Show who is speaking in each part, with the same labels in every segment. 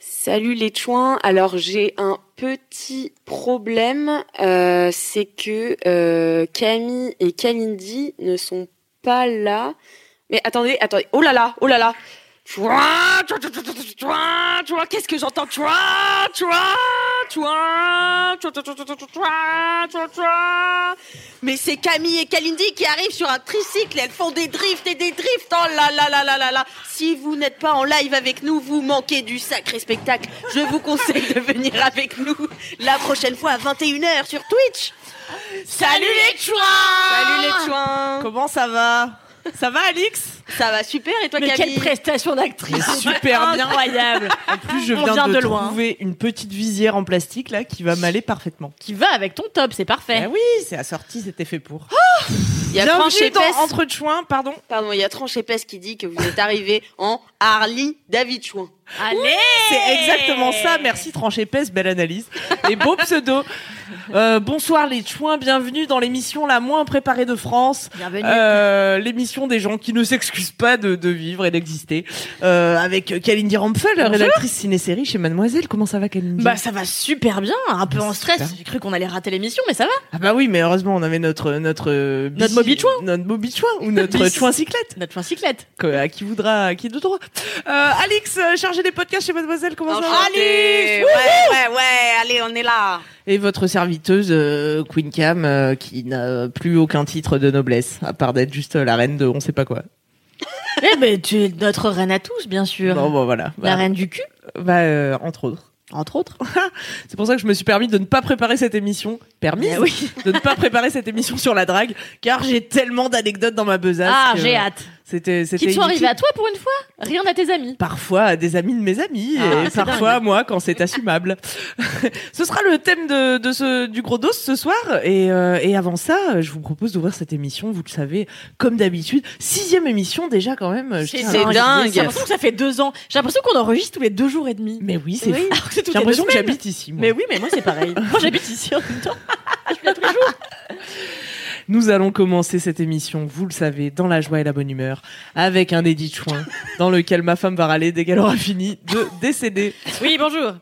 Speaker 1: Salut les chouins. Alors j'ai un petit problème, euh, c'est que euh, Camille et Kalindi ne sont pas là. Mais attendez, attendez. Oh là là, oh là là. Chouin, chouin, chouin, chouin, chouin, chouin. Qu'est-ce que j'entends Chouin, chouin, chouin, chouin, chouin, chouin, chouin, chouin, chouin. Mais c'est Camille et Kalindi qui arrivent sur un tricycle. Elles font des drifts et des drifts. Oh là là là là là là. Si vous n'êtes pas en live avec nous, vous manquez du sacré spectacle. Je vous conseille de venir avec nous la prochaine fois à 21h sur Twitch. Salut les chouins Salut les chouins
Speaker 2: Comment ça va Ça va, Alix Ah,
Speaker 1: Ça va super et toi
Speaker 3: Mais
Speaker 1: Camille
Speaker 3: quelle prestation d'actrice
Speaker 2: Super bien.
Speaker 3: Incroyable
Speaker 2: En plus, je
Speaker 3: On
Speaker 2: viens,
Speaker 3: vient
Speaker 2: de,
Speaker 3: de loin.
Speaker 2: trouver une petite visière en plastique là qui va m'aller parfaitement.
Speaker 3: Qui va avec ton top, c'est parfait.
Speaker 2: Ah oui, c'est assorti, c'était fait pour.
Speaker 1: Il y a Tranche
Speaker 2: Bienvenue
Speaker 1: Épaisse.
Speaker 2: Oh, dans Entre Chouins, pardon.
Speaker 1: Pardon, il y a Tranche Épaisse qui dit que vous êtes arrivé en Harley Davidchouin.
Speaker 3: Allez
Speaker 2: C'est exactement ça. Merci Tranche Épaisse, belle analyse. Et beau pseudo. Euh, bonsoir les chouins, bienvenue dans l'émission la moins préparée de France.
Speaker 3: Bienvenue.
Speaker 2: Euh, l'émission des gens qui ne s'excusent pas de, de vivre et d'exister. Euh, avec Kalindi Rampfel, rédactrice ciné-série chez Mademoiselle. Comment ça va Kalindi
Speaker 3: Bah ça va super bien, un peu en stress.
Speaker 2: Super.
Speaker 3: J'ai cru qu'on allait rater l'émission, mais ça va.
Speaker 2: Ah bah oui, mais heureusement, on avait notre notre euh, bici-
Speaker 3: Notre mobi chouin.
Speaker 2: notre mobi chouin ou notre
Speaker 3: Bici.
Speaker 2: chouin cyclette,
Speaker 3: Notre fin cyclette.
Speaker 2: que- à qui voudra, à qui de droit. Euh, Alix, euh, chargé des podcasts chez Mademoiselle, comment ça va
Speaker 1: Allez Ouais, ouais, ouais, allez, on est là
Speaker 2: Et votre serviteuse euh, Queen Cam, euh, qui n'a plus aucun titre de noblesse, à part d'être juste euh, la reine de, on sait pas quoi.
Speaker 3: Eh ben tu es notre reine à tous, bien sûr.
Speaker 2: Non, bon voilà.
Speaker 3: La
Speaker 2: Bah,
Speaker 3: reine du cul,
Speaker 2: bah, euh, entre autres.
Speaker 3: entre autres.
Speaker 2: C'est pour ça que je me suis permis de ne pas préparer cette émission, permis,
Speaker 3: Eh oui.
Speaker 2: de ne pas préparer cette émission sur la drague, car j'ai tellement d'anecdotes dans ma besace.
Speaker 3: Ah,
Speaker 2: que
Speaker 3: j'ai hâte.
Speaker 2: C'était, c'était.
Speaker 3: Qui te sont
Speaker 2: inutile.
Speaker 3: arrivés à toi pour une fois Rien à tes amis.
Speaker 2: parfois à des amis de mes amis
Speaker 3: Ah,
Speaker 2: et
Speaker 3: c'est
Speaker 2: parfois à moi quand c'est assumable. ce sera le thème de, de ce du gros dos ce soir et, euh, et avant ça, euh, je vous propose d'ouvrir cette émission. Vous le savez, comme d'habitude, sixième émission déjà quand même. euh, je tiens à
Speaker 1: c'est
Speaker 2: le
Speaker 1: dingue.
Speaker 2: préciser.
Speaker 3: J'ai l'impression que ça fait deux ans. J'ai l'impression qu'on enregistre tous les deux jours et demi.
Speaker 2: Mais oui, c'est.
Speaker 3: Oui.
Speaker 2: fou.
Speaker 3: Alors que c'est toutes
Speaker 2: J'ai
Speaker 3: les deux
Speaker 2: l'impression que
Speaker 3: semaines.
Speaker 2: j'habite ici. moi.
Speaker 3: Mais oui, mais moi c'est pareil. moi j'habite ici en même temps. Je suis là tous les jours.
Speaker 2: Nous allons commencer cette émission, vous le savez, dans la joie et la bonne humeur, avec un édit chouin dans lequel ma femme va râler dès qu'elle aura fini de décéder.
Speaker 3: Oui, bonjour.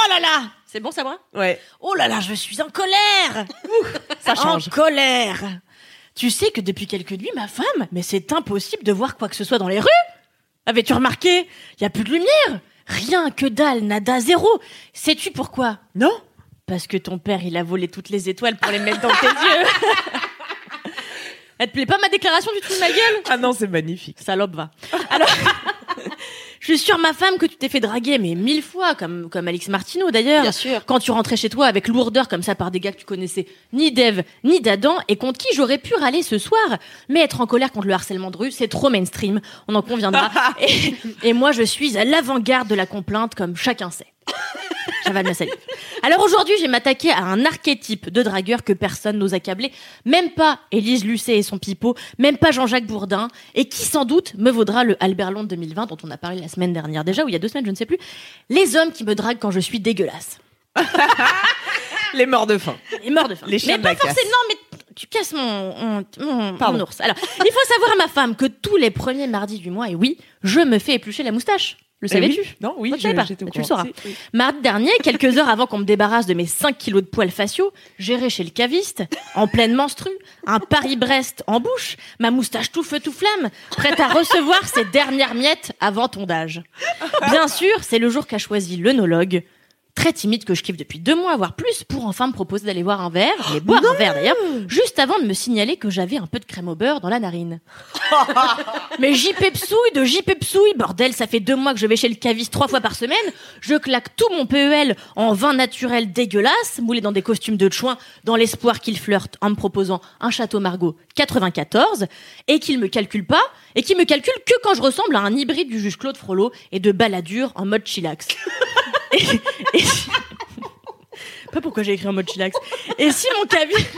Speaker 3: Oh là là C'est bon, Sabra
Speaker 2: Ouais.
Speaker 3: Oh là là, je suis en colère
Speaker 2: Ça
Speaker 3: En colère Tu sais que depuis quelques nuits, ma femme, mais c'est impossible de voir quoi que ce soit dans les rues Avais-tu remarqué Y a plus de lumière Rien que dalle, nada, zéro Sais-tu pourquoi
Speaker 2: Non.
Speaker 3: Parce que ton père, il a volé toutes les étoiles pour les mettre dans tes yeux Elle te plaît pas ma déclaration du tout de ma gueule
Speaker 2: Ah non, c'est magnifique.
Speaker 3: Salope va. Alors, je suis sûre, ma femme, que tu t'es fait draguer, mais mille fois, comme, comme Alex Martineau d'ailleurs.
Speaker 1: Bien sûr.
Speaker 3: Quand tu rentrais chez toi avec lourdeur comme ça par des gars que tu connaissais ni d'Ève, ni d'Adam, et contre qui j'aurais pu râler ce soir. Mais être en colère contre le harcèlement de rue, c'est trop mainstream, on en conviendra. et, et moi, je suis à l'avant-garde de la complainte, comme chacun sait. J'avale ma salive. Alors aujourd'hui, je vais m'attaquer à un archétype de dragueur que personne n'ose accabler, même pas Élise Lucet et son pipeau, même pas Jean-Jacques Bourdin, et qui sans doute me vaudra le Albert Londres 2020 dont on a parlé la semaine dernière déjà, ou il y a deux semaines, je ne sais plus. Les hommes qui me draguent quand je suis dégueulasse.
Speaker 2: Les morts de faim.
Speaker 3: Il est mort de faim.
Speaker 2: Les chiens
Speaker 3: mais
Speaker 2: de
Speaker 3: pas
Speaker 2: la casse.
Speaker 3: forcément, non, mais tu casses mon, mon, mon-
Speaker 2: Pardon.
Speaker 3: mon ours. Alors, il faut savoir à ma femme que tous les premiers mardis du mois, et oui, je me fais éplucher la moustache. Le
Speaker 2: Eh oui.
Speaker 3: savais-tu
Speaker 2: Non, oui,
Speaker 3: Moi, je
Speaker 2: je-
Speaker 3: savais pas.
Speaker 2: j'étais au
Speaker 3: Mais tu le
Speaker 2: courant.
Speaker 3: sauras.
Speaker 2: Si, oui.
Speaker 3: Mardi dernier, quelques heures avant qu'on me débarrasse de mes 5 kilos de poils faciaux, j'irai chez le caviste, en pleine menstrue, un Paris-Brest en bouche, ma moustache tout feu tout flamme, prête à recevoir ses dernières miettes avant tondage. Bien sûr, c'est le jour qu'a choisi l'œnologue. très timide que je kiffe depuis deux mois, voire plus, pour enfin me proposer d'aller voir un verre, et boire un verre d'ailleurs, juste avant de me signaler que j'avais un peu de crème au beurre dans la narine. Mais j'y pepsouille de j'y pepsouille, bordel, ça fait deux mois que je vais chez le caviste trois fois par semaine, je claque tout mon PEL en vin naturel dégueulasse, moulé dans des costumes de chouin, dans l'espoir qu'il flirte en me proposant un château Margot 94, et qu'il me calcule pas, et qu'il me calcule que quand je ressemble à un hybride du juge Claude Frollo et de Balladur en mode chillax. Et- et si- Pas pourquoi j'ai écrit en mode chillax. Et si mon caviste...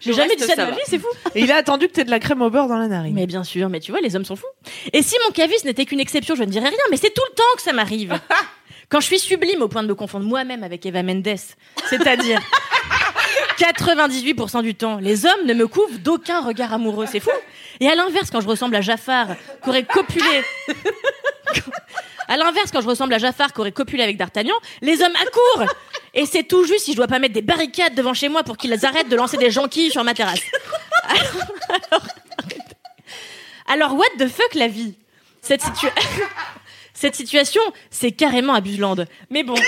Speaker 3: J'ai
Speaker 1: Le
Speaker 3: jamais
Speaker 1: reste,
Speaker 3: dit ça de
Speaker 1: ça
Speaker 3: ma
Speaker 1: va.
Speaker 3: vie, c'est fou.
Speaker 2: Et il a attendu que t'aies de la crème au beurre dans la narine.
Speaker 3: Mais bien sûr, mais tu vois, les hommes sont fous. Et si mon caviste n'était qu'une exception, je ne dirais rien, mais c'est tout le temps que ça m'arrive. Quand je suis sublime au point de me confondre moi-même avec Eva Mendes, c'est-à-dire 98% du temps, les hommes ne me couvrent d'aucun regard amoureux, c'est fou. Et à l'inverse, quand je ressemble à Jafar, qu'aurait copulé. À l'inverse, quand je ressemble à Jafar, qu'aurait copulé avec D'Artagnan, les hommes accourent Et c'est tout juste si je dois pas mettre des barricades devant chez moi pour qu'ils arrêtent de lancer des jonquilles sur ma terrasse. Alors what the fuck la vie Cette, situa- Cette situation, c'est carrément abuselande. Mais bon.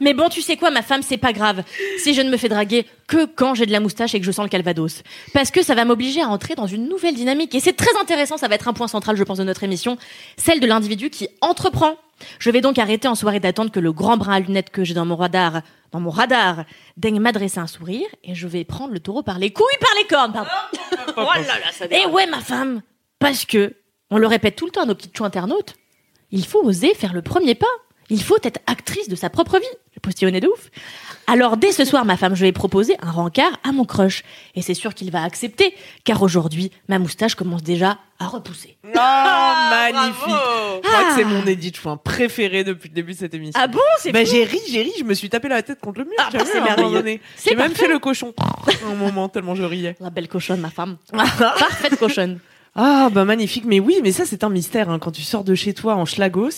Speaker 3: Mais bon, tu sais quoi, ma femme, c'est pas grave. Si je ne me fais draguer que quand j'ai de la moustache et que je sens le calvados. Parce que ça va m'obliger à entrer dans une nouvelle dynamique. Et c'est très intéressant, ça va être un point central, je pense, de notre émission. Celle de l'individu qui entreprend. Je vais donc arrêter en soirée d'attente que le grand brin à lunettes que j'ai dans mon radar, dans mon radar, daigne m'adresser un sourire et je vais prendre le taureau par les couilles, par les cornes, pardon.
Speaker 1: Oh là là, ça
Speaker 3: Eh
Speaker 1: dérape.
Speaker 3: ouais, ma femme Parce que, on le répète tout le temps à nos petites choux internautes, il faut oser faire le premier pas. Il faut être actrice de sa propre vie. Le postillonné de ouf. Alors, dès ce soir, ma femme, je vais proposer un rencard à mon crush. Et c'est sûr qu'il va accepter, car aujourd'hui, ma moustache commence déjà à repousser.
Speaker 2: Oh,
Speaker 1: Ah,
Speaker 2: magnifique. Je crois que c'est
Speaker 3: Ah.
Speaker 2: mon Edith Chouin préféré depuis le début de cette émission.
Speaker 3: Ah bon, c'est
Speaker 2: bah,
Speaker 3: fou.
Speaker 2: j'ai ri, j'ai ri, je me suis tapé la tête contre le mur.
Speaker 3: Ah,
Speaker 2: j'avoue,
Speaker 3: c'est
Speaker 2: à un moment
Speaker 3: merveilleux.
Speaker 2: donné.
Speaker 3: C'est
Speaker 2: J'ai même
Speaker 3: parfait.
Speaker 2: fait le cochon un moment tellement je riais.
Speaker 3: La belle cochonne, ma femme. Parfaite cochonne.
Speaker 2: Ah bah magnifique, mais oui, mais ça c'est un mystère hein, quand tu sors de chez toi en schlagos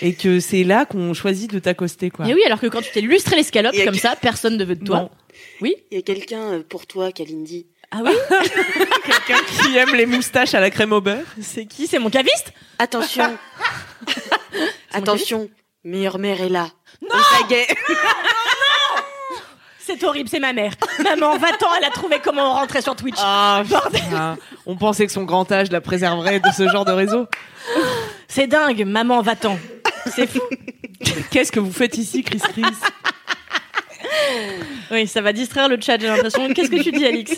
Speaker 2: et que c'est là qu'on choisit de t'accoster quoi.
Speaker 3: Mais oui, alors que quand tu t'es lustré l'escalope
Speaker 1: Il y a
Speaker 3: comme
Speaker 1: que-
Speaker 3: ça, personne ne veut de toi.
Speaker 2: Non.
Speaker 1: Il y a quelqu'un euh, pour toi, Kalindi.
Speaker 3: Ah oui
Speaker 2: Quelqu'un qui aime les moustaches à la crème au beurre.
Speaker 3: C'est qui C'est mon caviste
Speaker 1: Attention. Attention. Meilleure mère est là. Non
Speaker 3: C'est horrible, c'est ma mère. Maman, va-t'en, elle a trouvé comment rentrer sur Twitch.
Speaker 2: Ah putain, on pensait que son grand âge la préserverait de ce genre de réseau.
Speaker 3: C'est dingue, maman, va-t'en. C'est fou.
Speaker 2: Qu'est-ce que vous faites ici, Chris Chris
Speaker 3: Oui, ça va distraire le chat, j'ai l'impression. Qu'est-ce que tu dis, Alix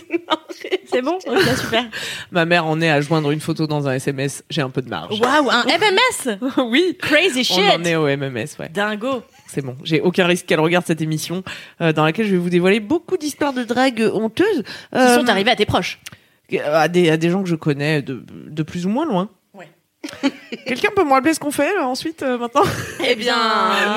Speaker 3: C'est bon Ok, super.
Speaker 2: Ma mère en est à joindre une photo dans un SMS. J'ai un peu de marge.
Speaker 3: Waouh, un MMS
Speaker 2: oui.
Speaker 3: Crazy
Speaker 2: On en est
Speaker 3: shit
Speaker 2: au MMS, ouais.
Speaker 3: Dingo
Speaker 2: C'est bon. J'ai aucun risque qu'elle regarde cette émission euh, dans laquelle je vais vous dévoiler beaucoup d'histoires de drague honteuses.
Speaker 3: Ils
Speaker 2: euh,
Speaker 3: sont arrivés à tes proches.
Speaker 2: à des, à des gens que je connais de, de plus ou moins loin.
Speaker 3: Ouais.
Speaker 2: Quelqu'un peut me rappeler ce qu'on fait là, ensuite, euh, maintenant
Speaker 1: Eh bien,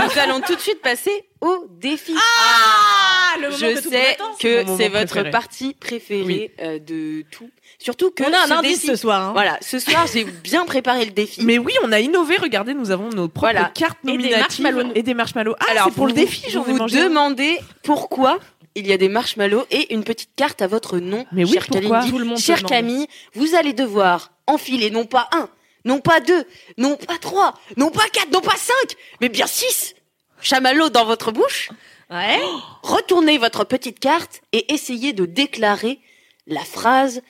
Speaker 1: nous allons tout de suite passer au défi.
Speaker 3: Ah Le
Speaker 1: Je sais
Speaker 2: C'est
Speaker 1: que
Speaker 2: mon moment
Speaker 1: c'est votre
Speaker 2: préféré.
Speaker 1: partie préférée euh, de tout. Surtout que
Speaker 3: On a un
Speaker 1: ce
Speaker 3: indice
Speaker 1: défi-
Speaker 3: ce soir. hein.
Speaker 1: Voilà, ce soir j'ai bien préparé le défi.
Speaker 2: Mais oui, on a innové. Regardez, nous avons nos propres
Speaker 1: Voilà.
Speaker 2: cartes
Speaker 3: Et des
Speaker 2: nominatives
Speaker 3: marshmallows.
Speaker 2: et des marshmallows. Ah, c'est pour
Speaker 1: vous-
Speaker 2: le défi, j'en ai
Speaker 1: Vous vous
Speaker 2: mangé. un.
Speaker 1: demandez pourquoi il y a des marshmallows et une petite carte à votre nom.
Speaker 2: Mais oui,
Speaker 1: chère
Speaker 2: pourquoi
Speaker 1: Kalindi.
Speaker 3: Tout le monde
Speaker 1: Chère
Speaker 3: se demande.
Speaker 1: Camille, vous allez devoir enfiler non pas un, non pas deux, non pas trois, non pas quatre, non pas cinq, mais bien six chamallows dans votre bouche.
Speaker 3: Ouais.
Speaker 1: Retournez votre petite carte et essayez de déclarer la phrase,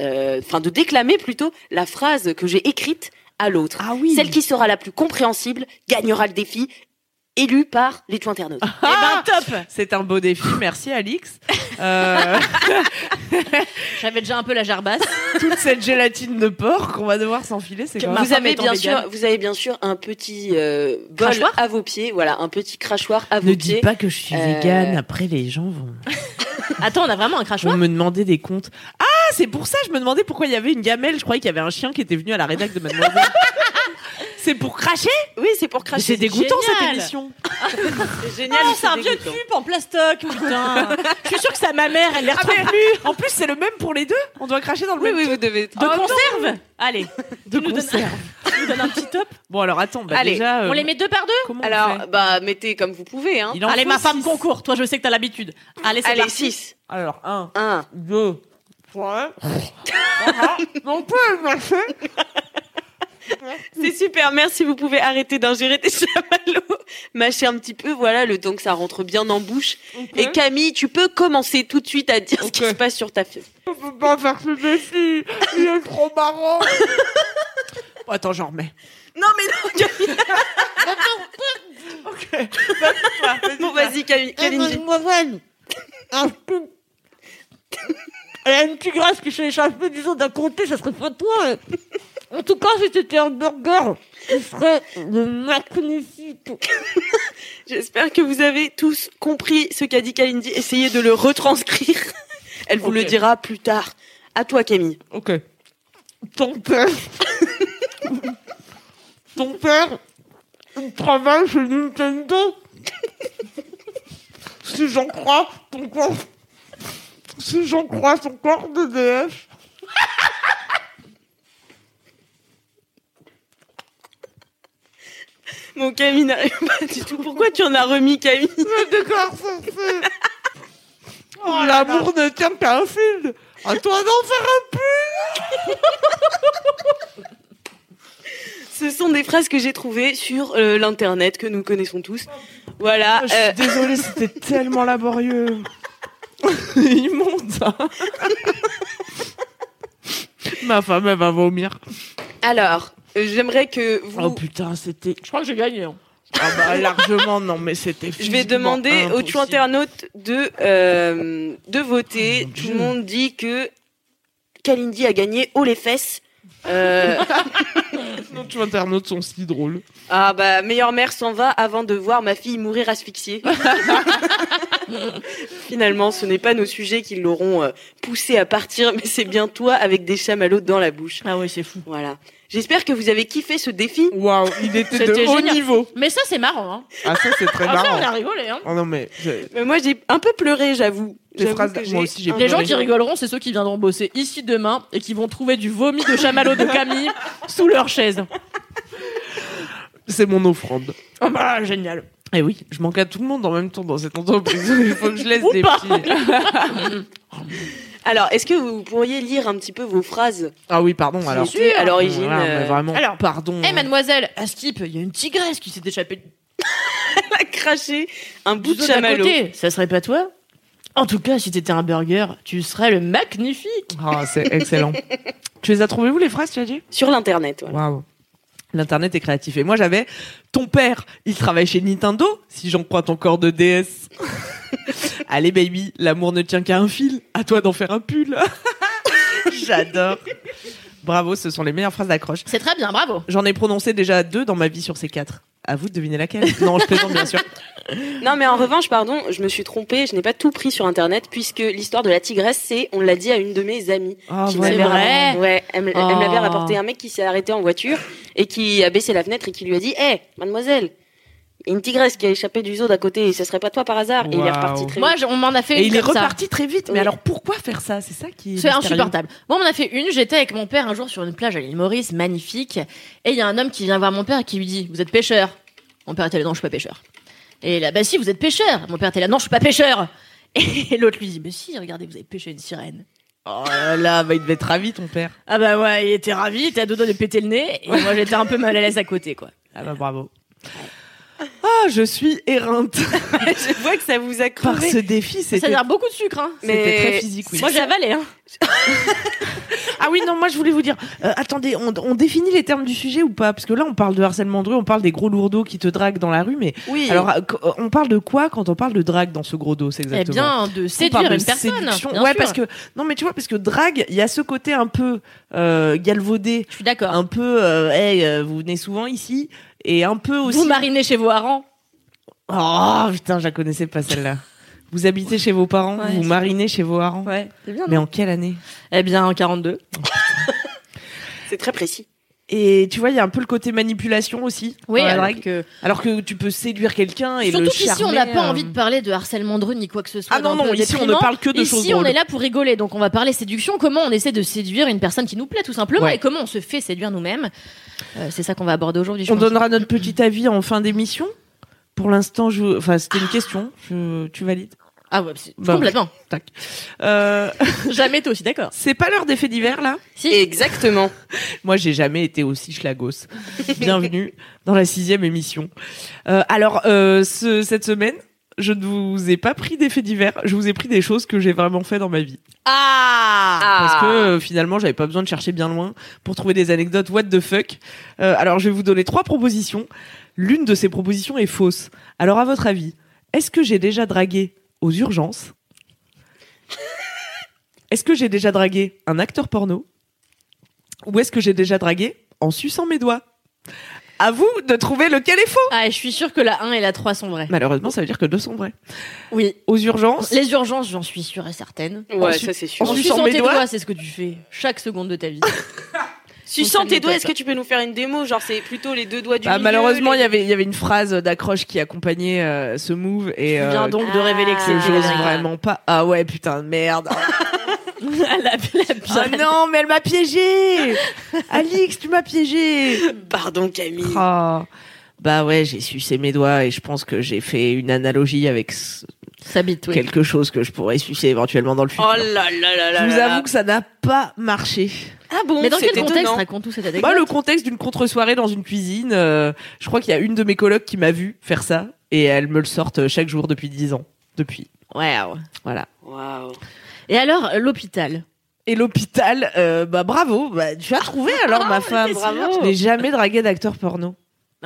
Speaker 1: euh, enfin de déclamer plutôt la phrase que j'ai écrite à l'autre.
Speaker 2: Ah oui.
Speaker 1: Celle qui sera la plus compréhensible gagnera le défi, élu par les tout internautes.
Speaker 2: Ah
Speaker 3: Eh ben top
Speaker 2: C'est un beau défi. Merci, Alix. Euh,
Speaker 3: J'avais déjà un peu la jarbasse.
Speaker 2: toute cette gélatine de porc qu'on va devoir s'enfiler, c'est
Speaker 3: Que
Speaker 2: quand
Speaker 3: ma
Speaker 2: même-
Speaker 1: vous
Speaker 3: femme
Speaker 1: avez
Speaker 3: étant
Speaker 1: bien
Speaker 3: végane.
Speaker 1: sûr, vous avez bien sûr un petit euh, bol
Speaker 3: Crachoir
Speaker 1: à vos pieds, voilà, un petit crachoir à vos
Speaker 2: Ne
Speaker 1: pieds.
Speaker 2: dis pas que je suis
Speaker 1: Euh,
Speaker 2: végane. Après, les gens vont,
Speaker 3: Attends, on a vraiment un
Speaker 2: vont
Speaker 3: crachoir
Speaker 2: me demander des comptes. Ah, c'est pour ça. Je me demandais pourquoi il y avait une gamelle. Je croyais qu'il y avait un chien qui était venu à la rédac de Mademoiselle. c'est pour cracher.
Speaker 1: Oui, c'est pour
Speaker 2: Mais
Speaker 1: cracher.
Speaker 2: C'est dégoûtant cette
Speaker 3: Ah, génial.
Speaker 2: émission.
Speaker 1: Ah, C'est génial.
Speaker 3: Non,
Speaker 1: mais
Speaker 3: c'est un vieux
Speaker 1: dégoûtant.
Speaker 3: tube en plastoc, putain. Je suis sûre que sa ma mère, elle les retrouve
Speaker 2: Ah,
Speaker 3: plus.
Speaker 2: En plus, c'est le même pour les deux. On doit cracher dans le
Speaker 1: Oui,
Speaker 2: même.
Speaker 1: oui, vous devez.
Speaker 3: De conserve Allez,
Speaker 2: De
Speaker 3: nous donnes-
Speaker 2: conserve.
Speaker 3: tu nous donnes un petit top.
Speaker 2: Bon, alors attends. Bah,
Speaker 1: Allez,
Speaker 2: déjà, euh,
Speaker 3: On les met deux par deux
Speaker 2: comment on
Speaker 1: Alors,
Speaker 2: fait
Speaker 1: bah, mettez comme vous pouvez. Hein.
Speaker 2: Il en
Speaker 3: Allez,
Speaker 2: faut
Speaker 3: ma femme
Speaker 2: six.
Speaker 3: concours. Toi, je sais que t'as l'habitude. Allez, c'est
Speaker 1: Allez,
Speaker 3: parti.
Speaker 1: 6,
Speaker 2: Alors, un,
Speaker 1: 1,
Speaker 2: deux, trois. Ah, ah, mais on peut le marcher.
Speaker 1: C'est super, merci. Vous pouvez arrêter d'ingérer des chamallows. Mâcher un petit peu, voilà, le temps que ça rentre bien en bouche. Et Camille, tu peux commencer tout de suite à dire ce qui se passe sur ta fille.
Speaker 4: On peut pas faire ce défi. Il est trop marrant.
Speaker 2: Attends, j'en remets.
Speaker 1: Non, mais non, Camille Bon, vas-y, Camille. Kalindi.
Speaker 4: Eh, Mademoiselle. Un peu. Elle a une tigresse qui s'échappe, disons, d'un comté, ça serait pas toi. hein. En tout cas, si c'était un burger, ce serait le magnifique.
Speaker 1: J'espère que vous avez tous compris ce qu'a dit Kalindi. Essayez de le retranscrire. Elle vous le
Speaker 2: Ok.
Speaker 1: dira plus tard. À toi, Camille.
Speaker 4: Ok. Ton père. Ton père, il travaille chez Nintendo. si j'en crois, ton corps. Si j'en crois, son corps de DF.
Speaker 1: Mon Camille n'arrive pas du tout. Pourquoi tu en as remis, Camille
Speaker 4: Le décor censé. Oh, l'amour ne tient qu'à un fil. À toi d'en faire un peu.
Speaker 1: Ce sont des phrases que j'ai trouvées sur euh, l'internet que nous connaissons tous. Voilà.
Speaker 3: Ah,
Speaker 2: Je
Speaker 1: euh,
Speaker 2: suis désolée, c'était tellement laborieux. Immonde, ça. Ma femme, elle va vomir.
Speaker 1: alors, euh, j'aimerais que vous.
Speaker 2: Oh putain, c'était.
Speaker 4: Je crois que j'ai gagné. hein.
Speaker 2: Ah bah, largement, non, mais c'était.
Speaker 1: Je vais demander aux tuyaux internautes de, euh, de voter. Tout le monde dit que Kalindi a gagné haut les fesses. Euh,
Speaker 2: Nos tuyaux internautes sont si drôles.
Speaker 1: ah bah, meilleure mère s'en va avant de voir ma fille mourir asphyxiée. Finalement, ce n'est pas nos sujets qui l'auront euh, poussée à partir, mais c'est bien toi avec des chamallows dans la bouche.
Speaker 2: Ah ouais, c'est fou.
Speaker 1: Voilà. J'espère que vous avez kiffé ce défi.
Speaker 2: Waouh, il était de
Speaker 3: C'était
Speaker 2: haut
Speaker 3: génial.
Speaker 2: niveau.
Speaker 3: Mais ça, c'est marrant. Hein.
Speaker 2: Ah, ça, c'est très
Speaker 3: Ah, ça, on
Speaker 2: marrant.
Speaker 3: a rigolé. Hein.
Speaker 2: Oh non, mais. je-
Speaker 1: Mais Euh, moi, j'ai un peu pleuré, j'avoue.
Speaker 2: Des
Speaker 1: J'avoue
Speaker 2: phrases-
Speaker 1: que
Speaker 2: moi aussi, j'ai
Speaker 1: un
Speaker 3: Les
Speaker 1: peu
Speaker 3: gens qui rigoleront, c'est ceux qui viendront bosser ici demain et qui vont trouver du vomi de chamallow de Camille sous leur chaise.
Speaker 2: C'est mon offrande.
Speaker 3: Oh bah, génial.
Speaker 2: Eh oui, je manque à tout le monde en même temps dans cette entreprise. Il faut que je laisse
Speaker 3: Ou
Speaker 2: des
Speaker 3: pas.
Speaker 2: petits.
Speaker 1: Alors, est-ce que vous pourriez lire un petit peu vos phrases
Speaker 2: Ah oui, pardon. Alors,
Speaker 1: sûr, à l'origine,
Speaker 2: Voilà,
Speaker 1: euh,
Speaker 2: mais vraiment.
Speaker 3: alors,
Speaker 2: pardon.
Speaker 3: Eh mademoiselle, à Skip, il y a une tigresse qui s'est échappée
Speaker 1: à cracher un bout
Speaker 3: du
Speaker 1: de
Speaker 3: zoo d'à
Speaker 1: chamallow.
Speaker 3: côté. Ça serait pas toi En tout cas, si t'étais un burger, tu serais le magnifique.
Speaker 2: Ah, c'est excellent. tu les as trouvées où les phrases, tu as dit
Speaker 1: Sur l'internet, voilà.
Speaker 2: Waouh. L'internet est créatif. Et moi, j'avais ton père, il travaille chez Nintendo, si j'en crois ton corps de DS. Allez, baby, l'amour ne tient qu'à un fil. À toi d'en faire un pull. J'adore. Bravo, ce sont les meilleures phrases d'accroche.
Speaker 3: C'est très bien, bravo.
Speaker 2: J'en ai prononcé déjà deux dans ma vie sur ces quatre. À vous de deviner laquelle. Non, je plaisante bien sûr.
Speaker 1: Non, mais en revanche, pardon, je me suis trompée, je n'ai pas tout pris sur internet, puisque l'histoire de la tigresse, c'est, on l'a dit à une de mes amies.
Speaker 2: Ah,
Speaker 1: qui m'avait
Speaker 3: ouais, c'est
Speaker 2: voilà.
Speaker 3: vrai.
Speaker 1: raconté- Ouais, elle, me- elle me l'avait
Speaker 3: Oh.
Speaker 1: rapporté un mec qui s'est arrêté en voiture et qui a baissé la fenêtre et qui lui a dit Hé, mademoiselle, il y a une tigresse qui a échappé du zoo d'à côté, et ce serait pas toi par hasard Et il est
Speaker 2: Waouh.
Speaker 1: reparti très
Speaker 3: Moi,
Speaker 1: vite.
Speaker 3: je- on m'en a fait
Speaker 2: Et
Speaker 3: une
Speaker 2: il est
Speaker 3: comme ça.
Speaker 2: reparti très vite. Mais
Speaker 1: Oui.
Speaker 2: alors pourquoi faire ça C'est ça qui est.
Speaker 3: C'est
Speaker 2: mystérieux.
Speaker 3: insupportable. Moi, on m'en a fait une. J'étais avec mon père un jour sur une plage à l'île Maurice, magnifique. Et il y a un homme qui vient voir mon père et qui lui dit Vous êtes pêcheur Mon père était là, non, je suis pas pêcheur. Et là, bah si, vous êtes pêcheur. Mon père était là, non, je suis pas pêcheur. Et l'autre lui dit Mais si, regardez, vous avez pêché une sirène.
Speaker 2: Oh là là, bah, il devait être ravi ton père.
Speaker 3: Ah bah ouais, il était ravi, il était à deux doigts de péter le nez. Et moi, j'étais un peu mal à l'aise à côté, quoi.
Speaker 2: Ah bah bravo. Ah, je suis éreinte
Speaker 1: Je vois que ça vous a
Speaker 2: par
Speaker 1: crevé.
Speaker 2: ce défi.
Speaker 3: Ça
Speaker 2: C'était
Speaker 3: dire beaucoup de sucre, hein.
Speaker 1: Mais-
Speaker 2: c'était très physique, oui.
Speaker 3: Moi, j'ai avalé, hein.
Speaker 2: Ah oui, non, moi je voulais vous dire, euh, attendez, on, on définit les termes du sujet ou pas Parce que là, on parle de harcèlement de rue, on parle des gros lourdeaux qui te draguent dans la rue, mais
Speaker 1: Oui,
Speaker 2: alors, euh, qu- euh, on parle de quoi quand on parle de drague dans ce gros dos, c'est
Speaker 3: Eh
Speaker 2: exactement On
Speaker 3: bien, de
Speaker 2: parle
Speaker 3: séduire
Speaker 2: de
Speaker 3: une personne.
Speaker 2: séduction.
Speaker 3: bien
Speaker 2: Ouais,
Speaker 3: sûr.
Speaker 2: parce que non, mais tu vois, parce que drague, il y a ce côté un peu euh, galvaudé,
Speaker 3: Je suis d'accord.
Speaker 2: un peu, euh, hey, euh, vous venez souvent ici, et un peu aussi.
Speaker 3: Vous marinez chez vous à Aran.
Speaker 2: Oh putain, je la connaissais pas celle-là. Vous habitez chez vos parents,
Speaker 3: Ouais,
Speaker 2: vous
Speaker 3: c'est-
Speaker 2: marinez chez vos parents.
Speaker 3: Ouais, c'est bien.
Speaker 2: Mais en quelle année
Speaker 3: Eh bien, en 42.
Speaker 1: c'est très précis.
Speaker 2: Et tu vois, il y a un peu le côté manipulation aussi.
Speaker 3: Oui,
Speaker 2: dans la
Speaker 3: alors
Speaker 2: drague.
Speaker 3: que
Speaker 2: Alors que tu peux séduire quelqu'un et
Speaker 3: Surtout
Speaker 2: le
Speaker 3: qu'ici, on
Speaker 2: charmer,
Speaker 3: n'a pas
Speaker 2: euh,
Speaker 3: envie de parler de harcèlement de rue ni quoi que ce soit.
Speaker 2: Ah non,
Speaker 3: d'un peu
Speaker 2: non, ici on ne
Speaker 3: déprimant.
Speaker 2: parle que de
Speaker 3: Ici,
Speaker 2: choses
Speaker 3: on
Speaker 2: drôles.
Speaker 3: est là pour rigoler, donc on va parler séduction, comment on essaie de séduire une personne qui nous plaît tout simplement
Speaker 2: Ouais.
Speaker 3: et comment on se fait séduire nous-mêmes. Euh, c'est ça qu'on va aborder aujourd'hui. je
Speaker 2: On
Speaker 3: pense.
Speaker 2: donnera notre petit avis en fin d'émission. Pour l'instant, je... enfin, c'était une question. Je- Tu valides
Speaker 3: Ah ouais, c'est-
Speaker 2: Bah,
Speaker 3: complètement.
Speaker 2: Tac. Euh,
Speaker 3: Jamais t'es aussi d'accord.
Speaker 2: c'est pas l'heure des faits divers là
Speaker 3: Si.
Speaker 1: Exactement.
Speaker 2: Moi, j'ai jamais été aussi schlagos. Bienvenue dans la sixième émission. Euh, alors, euh, ce- cette semaine, je ne vous ai pas pris des faits divers. Je vous ai pris des choses que j'ai vraiment fait dans ma vie.
Speaker 3: Ah.
Speaker 2: Parce que euh, finalement, j'avais pas besoin de chercher bien loin pour trouver des anecdotes what the fuck. Euh, alors, je vais vous donner trois propositions. L'une de ces propositions est fausse. Alors, à votre avis, est-ce que j'ai déjà dragué aux urgences Est-ce que j'ai déjà dragué un acteur porno Ou est-ce que j'ai déjà dragué en suçant mes doigts À vous de trouver lequel est faux.
Speaker 3: Ah, je suis sûre que la 1 et la 3 sont vraies.
Speaker 2: Malheureusement, ça veut dire que deux sont vrais.
Speaker 3: Oui.
Speaker 2: Aux urgences,
Speaker 3: Les urgences, j'en suis sûre et certaine.
Speaker 1: Ouais,
Speaker 2: Ensuite-
Speaker 1: ça c'est sûr.
Speaker 3: En
Speaker 2: Ensuite-
Speaker 3: suçant
Speaker 2: mes
Speaker 3: tes
Speaker 2: doigts.
Speaker 3: doigts, c'est ce que tu fais chaque seconde de ta vie.
Speaker 1: Suçant tes doigts, est-ce que tu peux nous faire une démo Genre, c'est plutôt les deux doigts du
Speaker 2: Bah,
Speaker 1: milieu.
Speaker 2: malheureusement, il
Speaker 1: les-
Speaker 2: y avait il y avait une phrase d'accroche qui accompagnait euh, ce move et
Speaker 3: Je viens
Speaker 2: euh,
Speaker 3: donc de révéler que
Speaker 1: Ah.
Speaker 3: c'est
Speaker 2: que j'ose
Speaker 1: Ah.
Speaker 2: vraiment pas. Ah ouais, putain de merde.
Speaker 3: la, la, la
Speaker 2: Oh
Speaker 3: pire-
Speaker 2: non, mais elle m'a piégé. Alix, tu m'as piégé.
Speaker 1: Pardon, Camille.
Speaker 2: Oh. Bah ouais, j'ai sucé mes doigts et je pense que j'ai fait une analogie avec s-
Speaker 3: Ça bite, oui.
Speaker 2: quelque chose que je pourrais sucer éventuellement dans le
Speaker 1: Oh
Speaker 2: futur.
Speaker 1: là là là là.
Speaker 2: je vous
Speaker 1: là
Speaker 2: avoue
Speaker 1: là.
Speaker 2: que ça n'a pas marché.
Speaker 1: Ah bon
Speaker 3: Mais dans quel
Speaker 1: c'est
Speaker 3: contexte
Speaker 1: étonnant.
Speaker 3: raconte-nous cette anecdote
Speaker 2: Bah, le contexte d'une contre-soirée dans une cuisine, euh, je crois qu'il y a une de mes colocs qui m'a vu faire ça et elle me le sorte chaque jour depuis 10 ans. Depuis.
Speaker 3: Waouh.
Speaker 2: Voilà.
Speaker 1: Waouh.
Speaker 3: ah Et alors, euh, l'hôpital.
Speaker 2: Et l'hôpital, euh, bah bravo, bah, tu as trouvé alors ma femme.
Speaker 3: Ah, t'es sûre.
Speaker 2: Je n'ai jamais dragué d'acteur porno.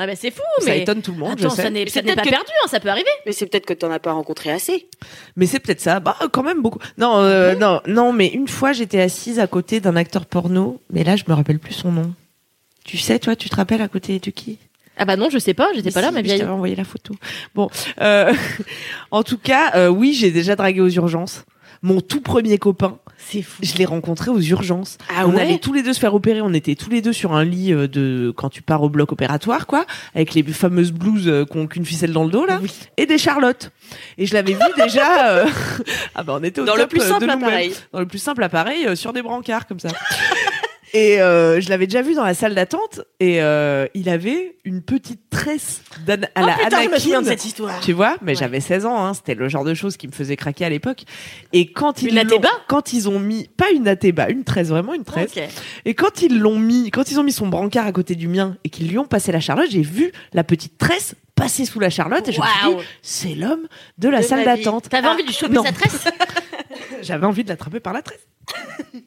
Speaker 3: Ah bah c'est fou,
Speaker 2: Ça
Speaker 3: mais...
Speaker 2: étonne tout le monde,
Speaker 3: Attends,
Speaker 2: je sais.
Speaker 3: ça n'est
Speaker 1: Mais
Speaker 3: ça
Speaker 1: c'est
Speaker 3: n'est pas
Speaker 1: peut-être que-
Speaker 3: perdu, hein, ça peut arriver.
Speaker 1: Mais c'est peut-être que t'en as pas rencontré assez.
Speaker 2: Mais c'est peut-être ça. Bah, quand même beaucoup. Non,
Speaker 3: Ah
Speaker 2: euh, non, non, mais une fois, j'étais assise à côté d'un acteur porno, mais là, je me rappelle plus son nom. Tu sais, toi, tu te rappelles à côté de qui
Speaker 3: Ah bah non, je sais pas, j'étais
Speaker 2: Mais
Speaker 3: pas là,
Speaker 2: si,
Speaker 3: ma
Speaker 2: Je
Speaker 3: vieille.
Speaker 2: t'avais envoyé la photo. Bon, euh, en tout cas, euh, oui, j'ai déjà dragué aux urgences. Mon tout premier copain,
Speaker 3: C'est fou.
Speaker 2: je l'ai rencontré aux urgences.
Speaker 1: Ah
Speaker 2: on
Speaker 1: ouais
Speaker 2: allait tous les deux se faire opérer. On était tous les deux sur un lit euh, de quand tu pars au bloc opératoire, quoi, avec les fameuses blouses euh, qu'on- qu'une ficelle dans le dos là, et des charlottes. Et je l'avais vu déjà. euh, ah bah on était au
Speaker 1: Dans le
Speaker 2: top,
Speaker 1: plus
Speaker 2: euh, de
Speaker 1: simple
Speaker 2: nous-mêmes.
Speaker 1: appareil.
Speaker 2: Dans le plus simple appareil, euh, sur des brancards comme ça. Et euh, je l'avais déjà vu dans la salle d'attente et euh, il avait une petite tresse d'Ana-
Speaker 1: Oh,
Speaker 2: à la Anakin.
Speaker 3: histoire.
Speaker 2: Tu vois, mais
Speaker 3: Ouais.
Speaker 2: j'avais 16 ans, hein, c'était le genre de choses qui me faisait craquer à l'époque. Et quand ils
Speaker 3: Une
Speaker 2: l'ont-
Speaker 3: atéba
Speaker 2: quand ils ont mis pas une atéba, une tresse vraiment une tresse.
Speaker 3: Ok.
Speaker 2: Et quand ils l'ont mis, quand ils ont mis son brancard à côté du mien et qu'ils lui ont passé la charlotte, j'ai vu la petite tresse passer sous la charlotte et je me suis
Speaker 3: Waouh.
Speaker 2: dit c'est l'homme de la
Speaker 1: De
Speaker 2: salle
Speaker 1: ma vie.
Speaker 2: d'attente.
Speaker 3: T'avais
Speaker 2: Ah,
Speaker 3: envie de lui choper
Speaker 2: non.
Speaker 3: sa tresse
Speaker 2: J'avais envie de l'attraper par la tresse.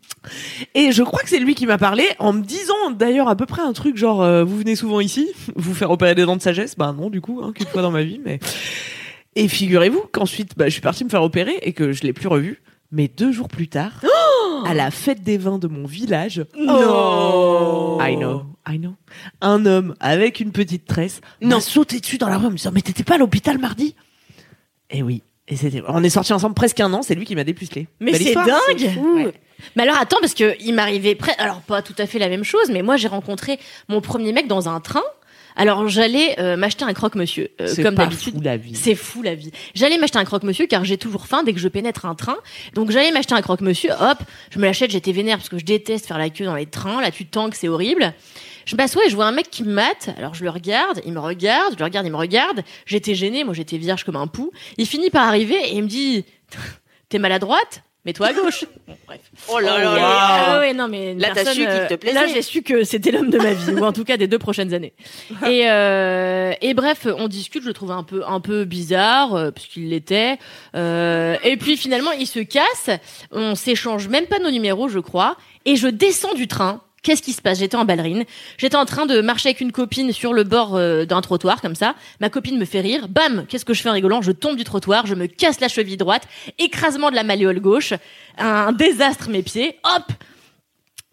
Speaker 2: Et je crois que c'est lui qui m'a parlé en me disant d'ailleurs à peu près un truc genre euh, vous venez souvent ici vous faire opérer des dents de sagesse bah non du coup hein, qu'une fois dans ma vie mais et figurez-vous qu'ensuite bah, je suis partie me faire opérer et que je l'ai plus revu mais deux jours plus tard à la fête des vins de mon village
Speaker 1: Non.
Speaker 2: I know, I know. Un homme avec une petite tresse m'a sauté dessus dans la rue en me disant Mais t'étais pas à l'hôpital mardi Et oui. Et c'était. On est sortis ensemble presque un an, c'est lui qui m'a dépucelé.
Speaker 3: Mais
Speaker 2: Belle
Speaker 3: c'est
Speaker 2: histoire.
Speaker 3: dingue
Speaker 1: Ouh.
Speaker 3: Mais alors attends, parce que il m'arrivait près. Alors pas tout à fait la même chose, mais moi j'ai rencontré mon premier mec dans un train. Alors j'allais euh, m'acheter un croque-monsieur, euh,
Speaker 2: C'est
Speaker 3: comme
Speaker 2: pas
Speaker 3: d'habitude.
Speaker 2: fou, la vie.
Speaker 3: C'est fou la vie. J'allais m'acheter un croque-monsieur car j'ai toujours faim dès que je pénètre un train. Donc j'allais m'acheter un croque-monsieur, hop, je me l'achète, j'étais vénère parce que je déteste faire la queue dans les trains, là tu tangues, c'est horrible. Je m'assois et je vois un mec qui me mate, alors je le regarde, il me regarde, je le regarde, il me regarde. J'étais gênée, moi j'étais vierge comme un pou. Il finit par arriver et il me dit "T'es maladroite Mets-toi à gauche." Bon, bref.
Speaker 1: Oh là
Speaker 3: Et-
Speaker 1: là
Speaker 3: ah
Speaker 1: là.
Speaker 3: ouais, non, mais une
Speaker 1: Là, t'as
Speaker 3: personne,
Speaker 1: su qu'il
Speaker 3: euh,
Speaker 1: te plaisait.
Speaker 3: Là, j'ai su que c'était l'homme de ma vie, ou en tout cas des deux prochaines années. Et, euh, et bref, on discute, je le trouve un peu, un peu bizarre, euh, parce qu'il l'était. Euh, et puis finalement, il se casse, on s'échange même pas nos numéros, je crois, et je descends du train. Qu'est-ce qui se passe J'étais en ballerine. J'étais en train de marcher avec une copine sur le bord euh, d'un trottoir, comme ça. Ma copine me fait rire. Bam Qu'est-ce que je fais en rigolant Je tombe du trottoir, je me casse la cheville droite, écrasement de la malléole gauche, un désastre mes pieds. Hop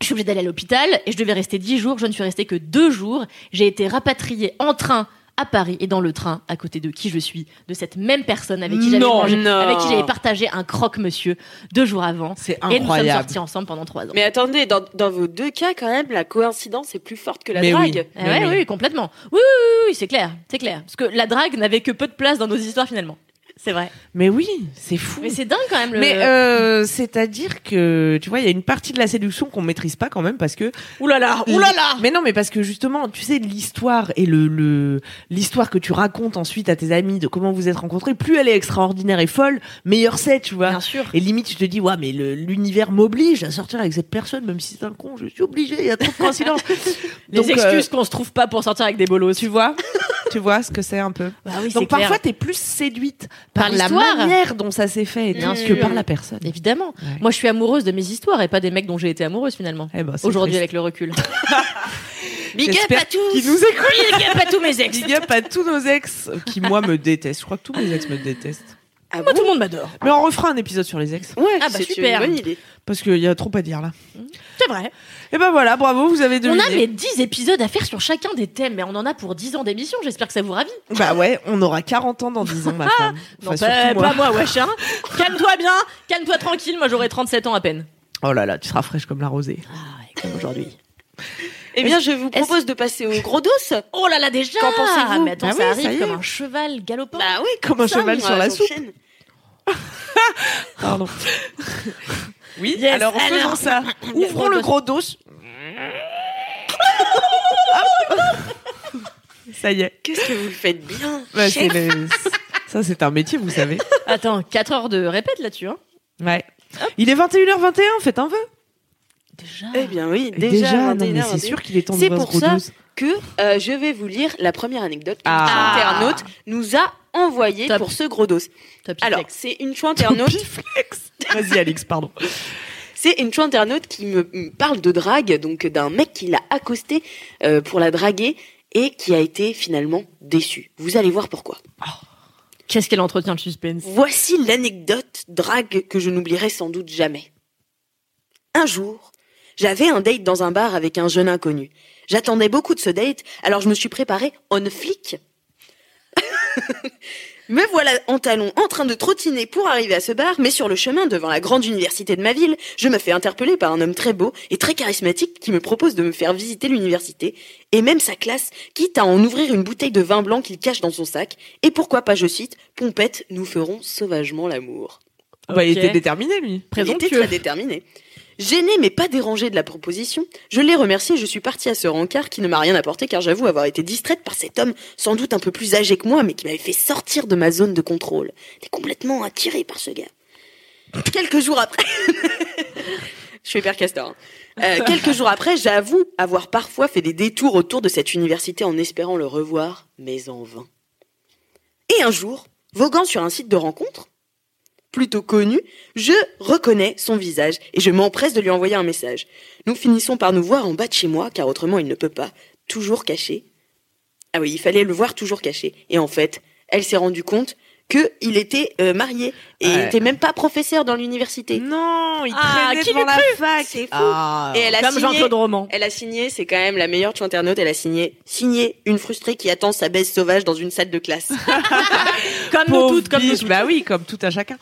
Speaker 3: je suis obligée d'aller à l'hôpital et je devais rester 10 jours. Je ne suis restée que 2 jours. J'ai été rapatriée en train à Paris et dans le train à côté de qui je suis, de cette même personne avec qui j'avais
Speaker 2: Non,
Speaker 3: mangé-
Speaker 1: non.
Speaker 3: avec qui j'avais partagé un croque-monsieur deux jours avant.
Speaker 2: C'est
Speaker 3: Et nous sommes
Speaker 2: incroyable.
Speaker 3: sortis ensemble pendant 3 ans.
Speaker 1: Mais attendez, dans, dans vos deux cas, quand même, la coïncidence est plus forte que la
Speaker 2: Mais oui.
Speaker 1: drague.
Speaker 3: Eh ouais,
Speaker 2: Mais oui.
Speaker 3: oui, complètement. Oui, oui, oui, oui, c'est clair, c'est clair. Parce que la drague n'avait que peu de place dans nos histoires finalement. C'est vrai.
Speaker 2: Mais oui, c'est fou.
Speaker 3: Mais c'est dingue quand même. Le...
Speaker 2: Mais euh, c'est-à-dire que tu vois, il y a une partie de la séduction qu'on maîtrise pas quand même parce que
Speaker 4: Oulala, oulala
Speaker 2: Mais non, mais parce que justement, tu sais, l'histoire et le le- l'histoire que tu racontes ensuite à tes amis de comment vous êtes rencontrés, plus elle est extraordinaire et folle, meilleur c'est, tu vois.
Speaker 3: Bien sûr.
Speaker 2: Et limite, tu te dis, ouais, mais le- l'univers m'oblige à sortir avec cette personne, même si c'est un con, je suis obligé, il y a trop de coïncidences.
Speaker 3: Les
Speaker 2: Donc, euh,
Speaker 3: excuses qu'on se trouve pas pour sortir avec des bolos.
Speaker 2: tu vois, tu vois ce que c'est un peu.
Speaker 3: Bah oui, c'est
Speaker 2: Donc
Speaker 3: clair.
Speaker 2: parfois, t'es plus séduite par,
Speaker 3: Par
Speaker 2: la
Speaker 3: l'histoire.
Speaker 2: manière dont ça s'est fait
Speaker 3: Bien
Speaker 2: que
Speaker 3: sûr.
Speaker 2: par la personne.
Speaker 3: Évidemment.
Speaker 2: Ouais.
Speaker 3: Moi, je suis amoureuse de mes histoires et pas des mecs dont j'ai été amoureuse finalement.
Speaker 2: Eh ben, c'est
Speaker 3: Aujourd'hui,
Speaker 2: triste.
Speaker 3: avec le recul. Big up
Speaker 2: J'espère
Speaker 3: à tous.
Speaker 2: qu'ils nous écoutent.
Speaker 3: Big up à tous mes ex.
Speaker 2: Big up à tous nos ex qui, moi, me détestent. Je crois que tous mes ex me détestent.
Speaker 1: Ah
Speaker 3: Moi,
Speaker 1: bon
Speaker 3: tout le monde m'adore.
Speaker 2: Mais on refera un épisode sur les ex
Speaker 1: Ouais,
Speaker 3: Ah bah,
Speaker 1: c'est
Speaker 3: super.
Speaker 1: une bonne idée.
Speaker 2: parce qu'il y a trop à dire là.
Speaker 3: C'est vrai.
Speaker 2: Et ben voilà, bravo, vous avez
Speaker 3: On
Speaker 2: deviné.
Speaker 3: a mes 10 épisodes à faire sur chacun des thèmes, mais on en a pour 10 ans d'émission. J'espère que ça vous ravit.
Speaker 2: Bah ouais, on aura 40 ans dans 10 ans, ma femme.
Speaker 3: Ah Non,
Speaker 2: Enfin,
Speaker 3: pas,
Speaker 2: surtout moi.
Speaker 3: pas moi, wesh. hein. Calme-toi bien, calme-toi tranquille. Moi, j'aurai 37 ans à peine.
Speaker 2: Oh là là, tu seras fraîche comme la rosée.
Speaker 3: comme aujourd'hui.
Speaker 1: Eh bien, je vous
Speaker 3: est-ce-
Speaker 1: propose de passer au gros dos.
Speaker 3: Oh là là, déjà Ah,
Speaker 1: Qu'en pensez-vous
Speaker 3: Mais attends,
Speaker 2: Bah
Speaker 3: ça
Speaker 2: oui, ça
Speaker 3: arrive
Speaker 2: y est.
Speaker 3: comme un cheval galopant.
Speaker 1: Bah oui,
Speaker 2: Comme un
Speaker 1: ça,
Speaker 2: cheval
Speaker 1: on-
Speaker 2: sur la
Speaker 1: on
Speaker 2: soupe.
Speaker 1: enchaîne.
Speaker 2: Pardon. oui,
Speaker 3: Yes,
Speaker 2: alors
Speaker 3: alors.
Speaker 2: faisons ça. Ouvrons le gros dos. ça y est.
Speaker 1: Qu'est-ce que vous le faites bien
Speaker 2: Bah, c'est le- Ça, c'est un métier, vous savez.
Speaker 3: Attends, 4 heures de répète là-dessus. Hein.
Speaker 2: Ouais. Il est 21h21, faites un vœu.
Speaker 3: Déjà.
Speaker 1: Eh bien oui, déjà,
Speaker 2: Déjà,
Speaker 1: 21,
Speaker 2: non, mais
Speaker 1: 21.
Speaker 2: c'est sûr qu'il est temps de
Speaker 1: C'est
Speaker 2: voir ce
Speaker 1: pour
Speaker 2: gros
Speaker 1: ça.
Speaker 2: douze.
Speaker 1: que euh, je vais vous lire la première anecdote que
Speaker 2: Ah.
Speaker 1: notre internaute nous a envoyée
Speaker 3: Top.
Speaker 1: pour ce gros dos.
Speaker 3: Top chef.
Speaker 1: Alors, c'est une chou internaute,
Speaker 2: Vas-y, Alix, pardon.
Speaker 1: c'est une chou internaute qui me me parle de drague, donc d'un mec qui l'a accosté euh, pour la draguer et qui a été finalement déçu. Vous allez voir pourquoi.
Speaker 3: qu'est-ce qu'elle entretient le suspense
Speaker 1: Voici l'anecdote drague que je n'oublierai sans doute jamais. Un jour, j'avais un date dans un bar avec un jeune inconnu. J'attendais beaucoup de ce date, alors je me suis préparée on flic. me voilà en talon en train de trottiner pour arriver à ce bar, mais sur le chemin devant la grande université de ma ville, je me fais interpeller par un homme très beau et très charismatique qui me propose de me faire visiter l'université et même sa classe, quitte à en ouvrir une bouteille de vin blanc qu'il cache dans son sac. Et pourquoi pas, je cite, Pompette, nous ferons sauvagement l'amour.
Speaker 2: Bah, il
Speaker 3: Ok.
Speaker 2: était déterminé, lui.
Speaker 1: Il était
Speaker 3: Présomptueux.
Speaker 1: très déterminé. Gêné mais pas dérangé de la proposition, je l'ai remercié et je suis partie à ce rencard qui ne m'a rien apporté car j'avoue avoir été distraite par cet homme sans doute un peu plus âgé que moi mais qui m'avait fait sortir de ma zone de contrôle. J'étais complètement attirée par ce gars. Quelques jours après... Je suis hyper castor. hein. Euh, quelques jours après, j'avoue avoir parfois fait des détours autour de cette université en espérant le revoir, mais en vain. Et un jour, voguant sur un site de rencontre, plutôt connu, je reconnais son visage et je m'empresse de lui envoyer un message. Nous finissons par nous voir en bas de chez moi, car autrement il ne peut pas, toujours caché. Ah oui, il fallait le voir toujours caché. Et en fait, elle s'est rendue compte qu'il était euh, marié et il
Speaker 2: Ouais.
Speaker 1: n'était même pas professeur dans l'université.
Speaker 2: Non, il
Speaker 3: Ah,
Speaker 2: traînait
Speaker 3: qui
Speaker 2: devant
Speaker 3: l'eût
Speaker 2: la fac.
Speaker 1: C'est fou.
Speaker 2: Ah.
Speaker 1: Et elle a
Speaker 3: Comme
Speaker 1: signé.
Speaker 3: Jean-Claude Roman.
Speaker 1: Elle a signé, c'est quand même la meilleure chou internaute. Elle a signé, signé une frustrée qui attend sa baisse sauvage dans une salle de classe.
Speaker 3: Comme nous
Speaker 2: Pauvre
Speaker 3: toutes, comme nous
Speaker 2: biche.
Speaker 3: toutes.
Speaker 2: Bah oui, comme tout à chacun.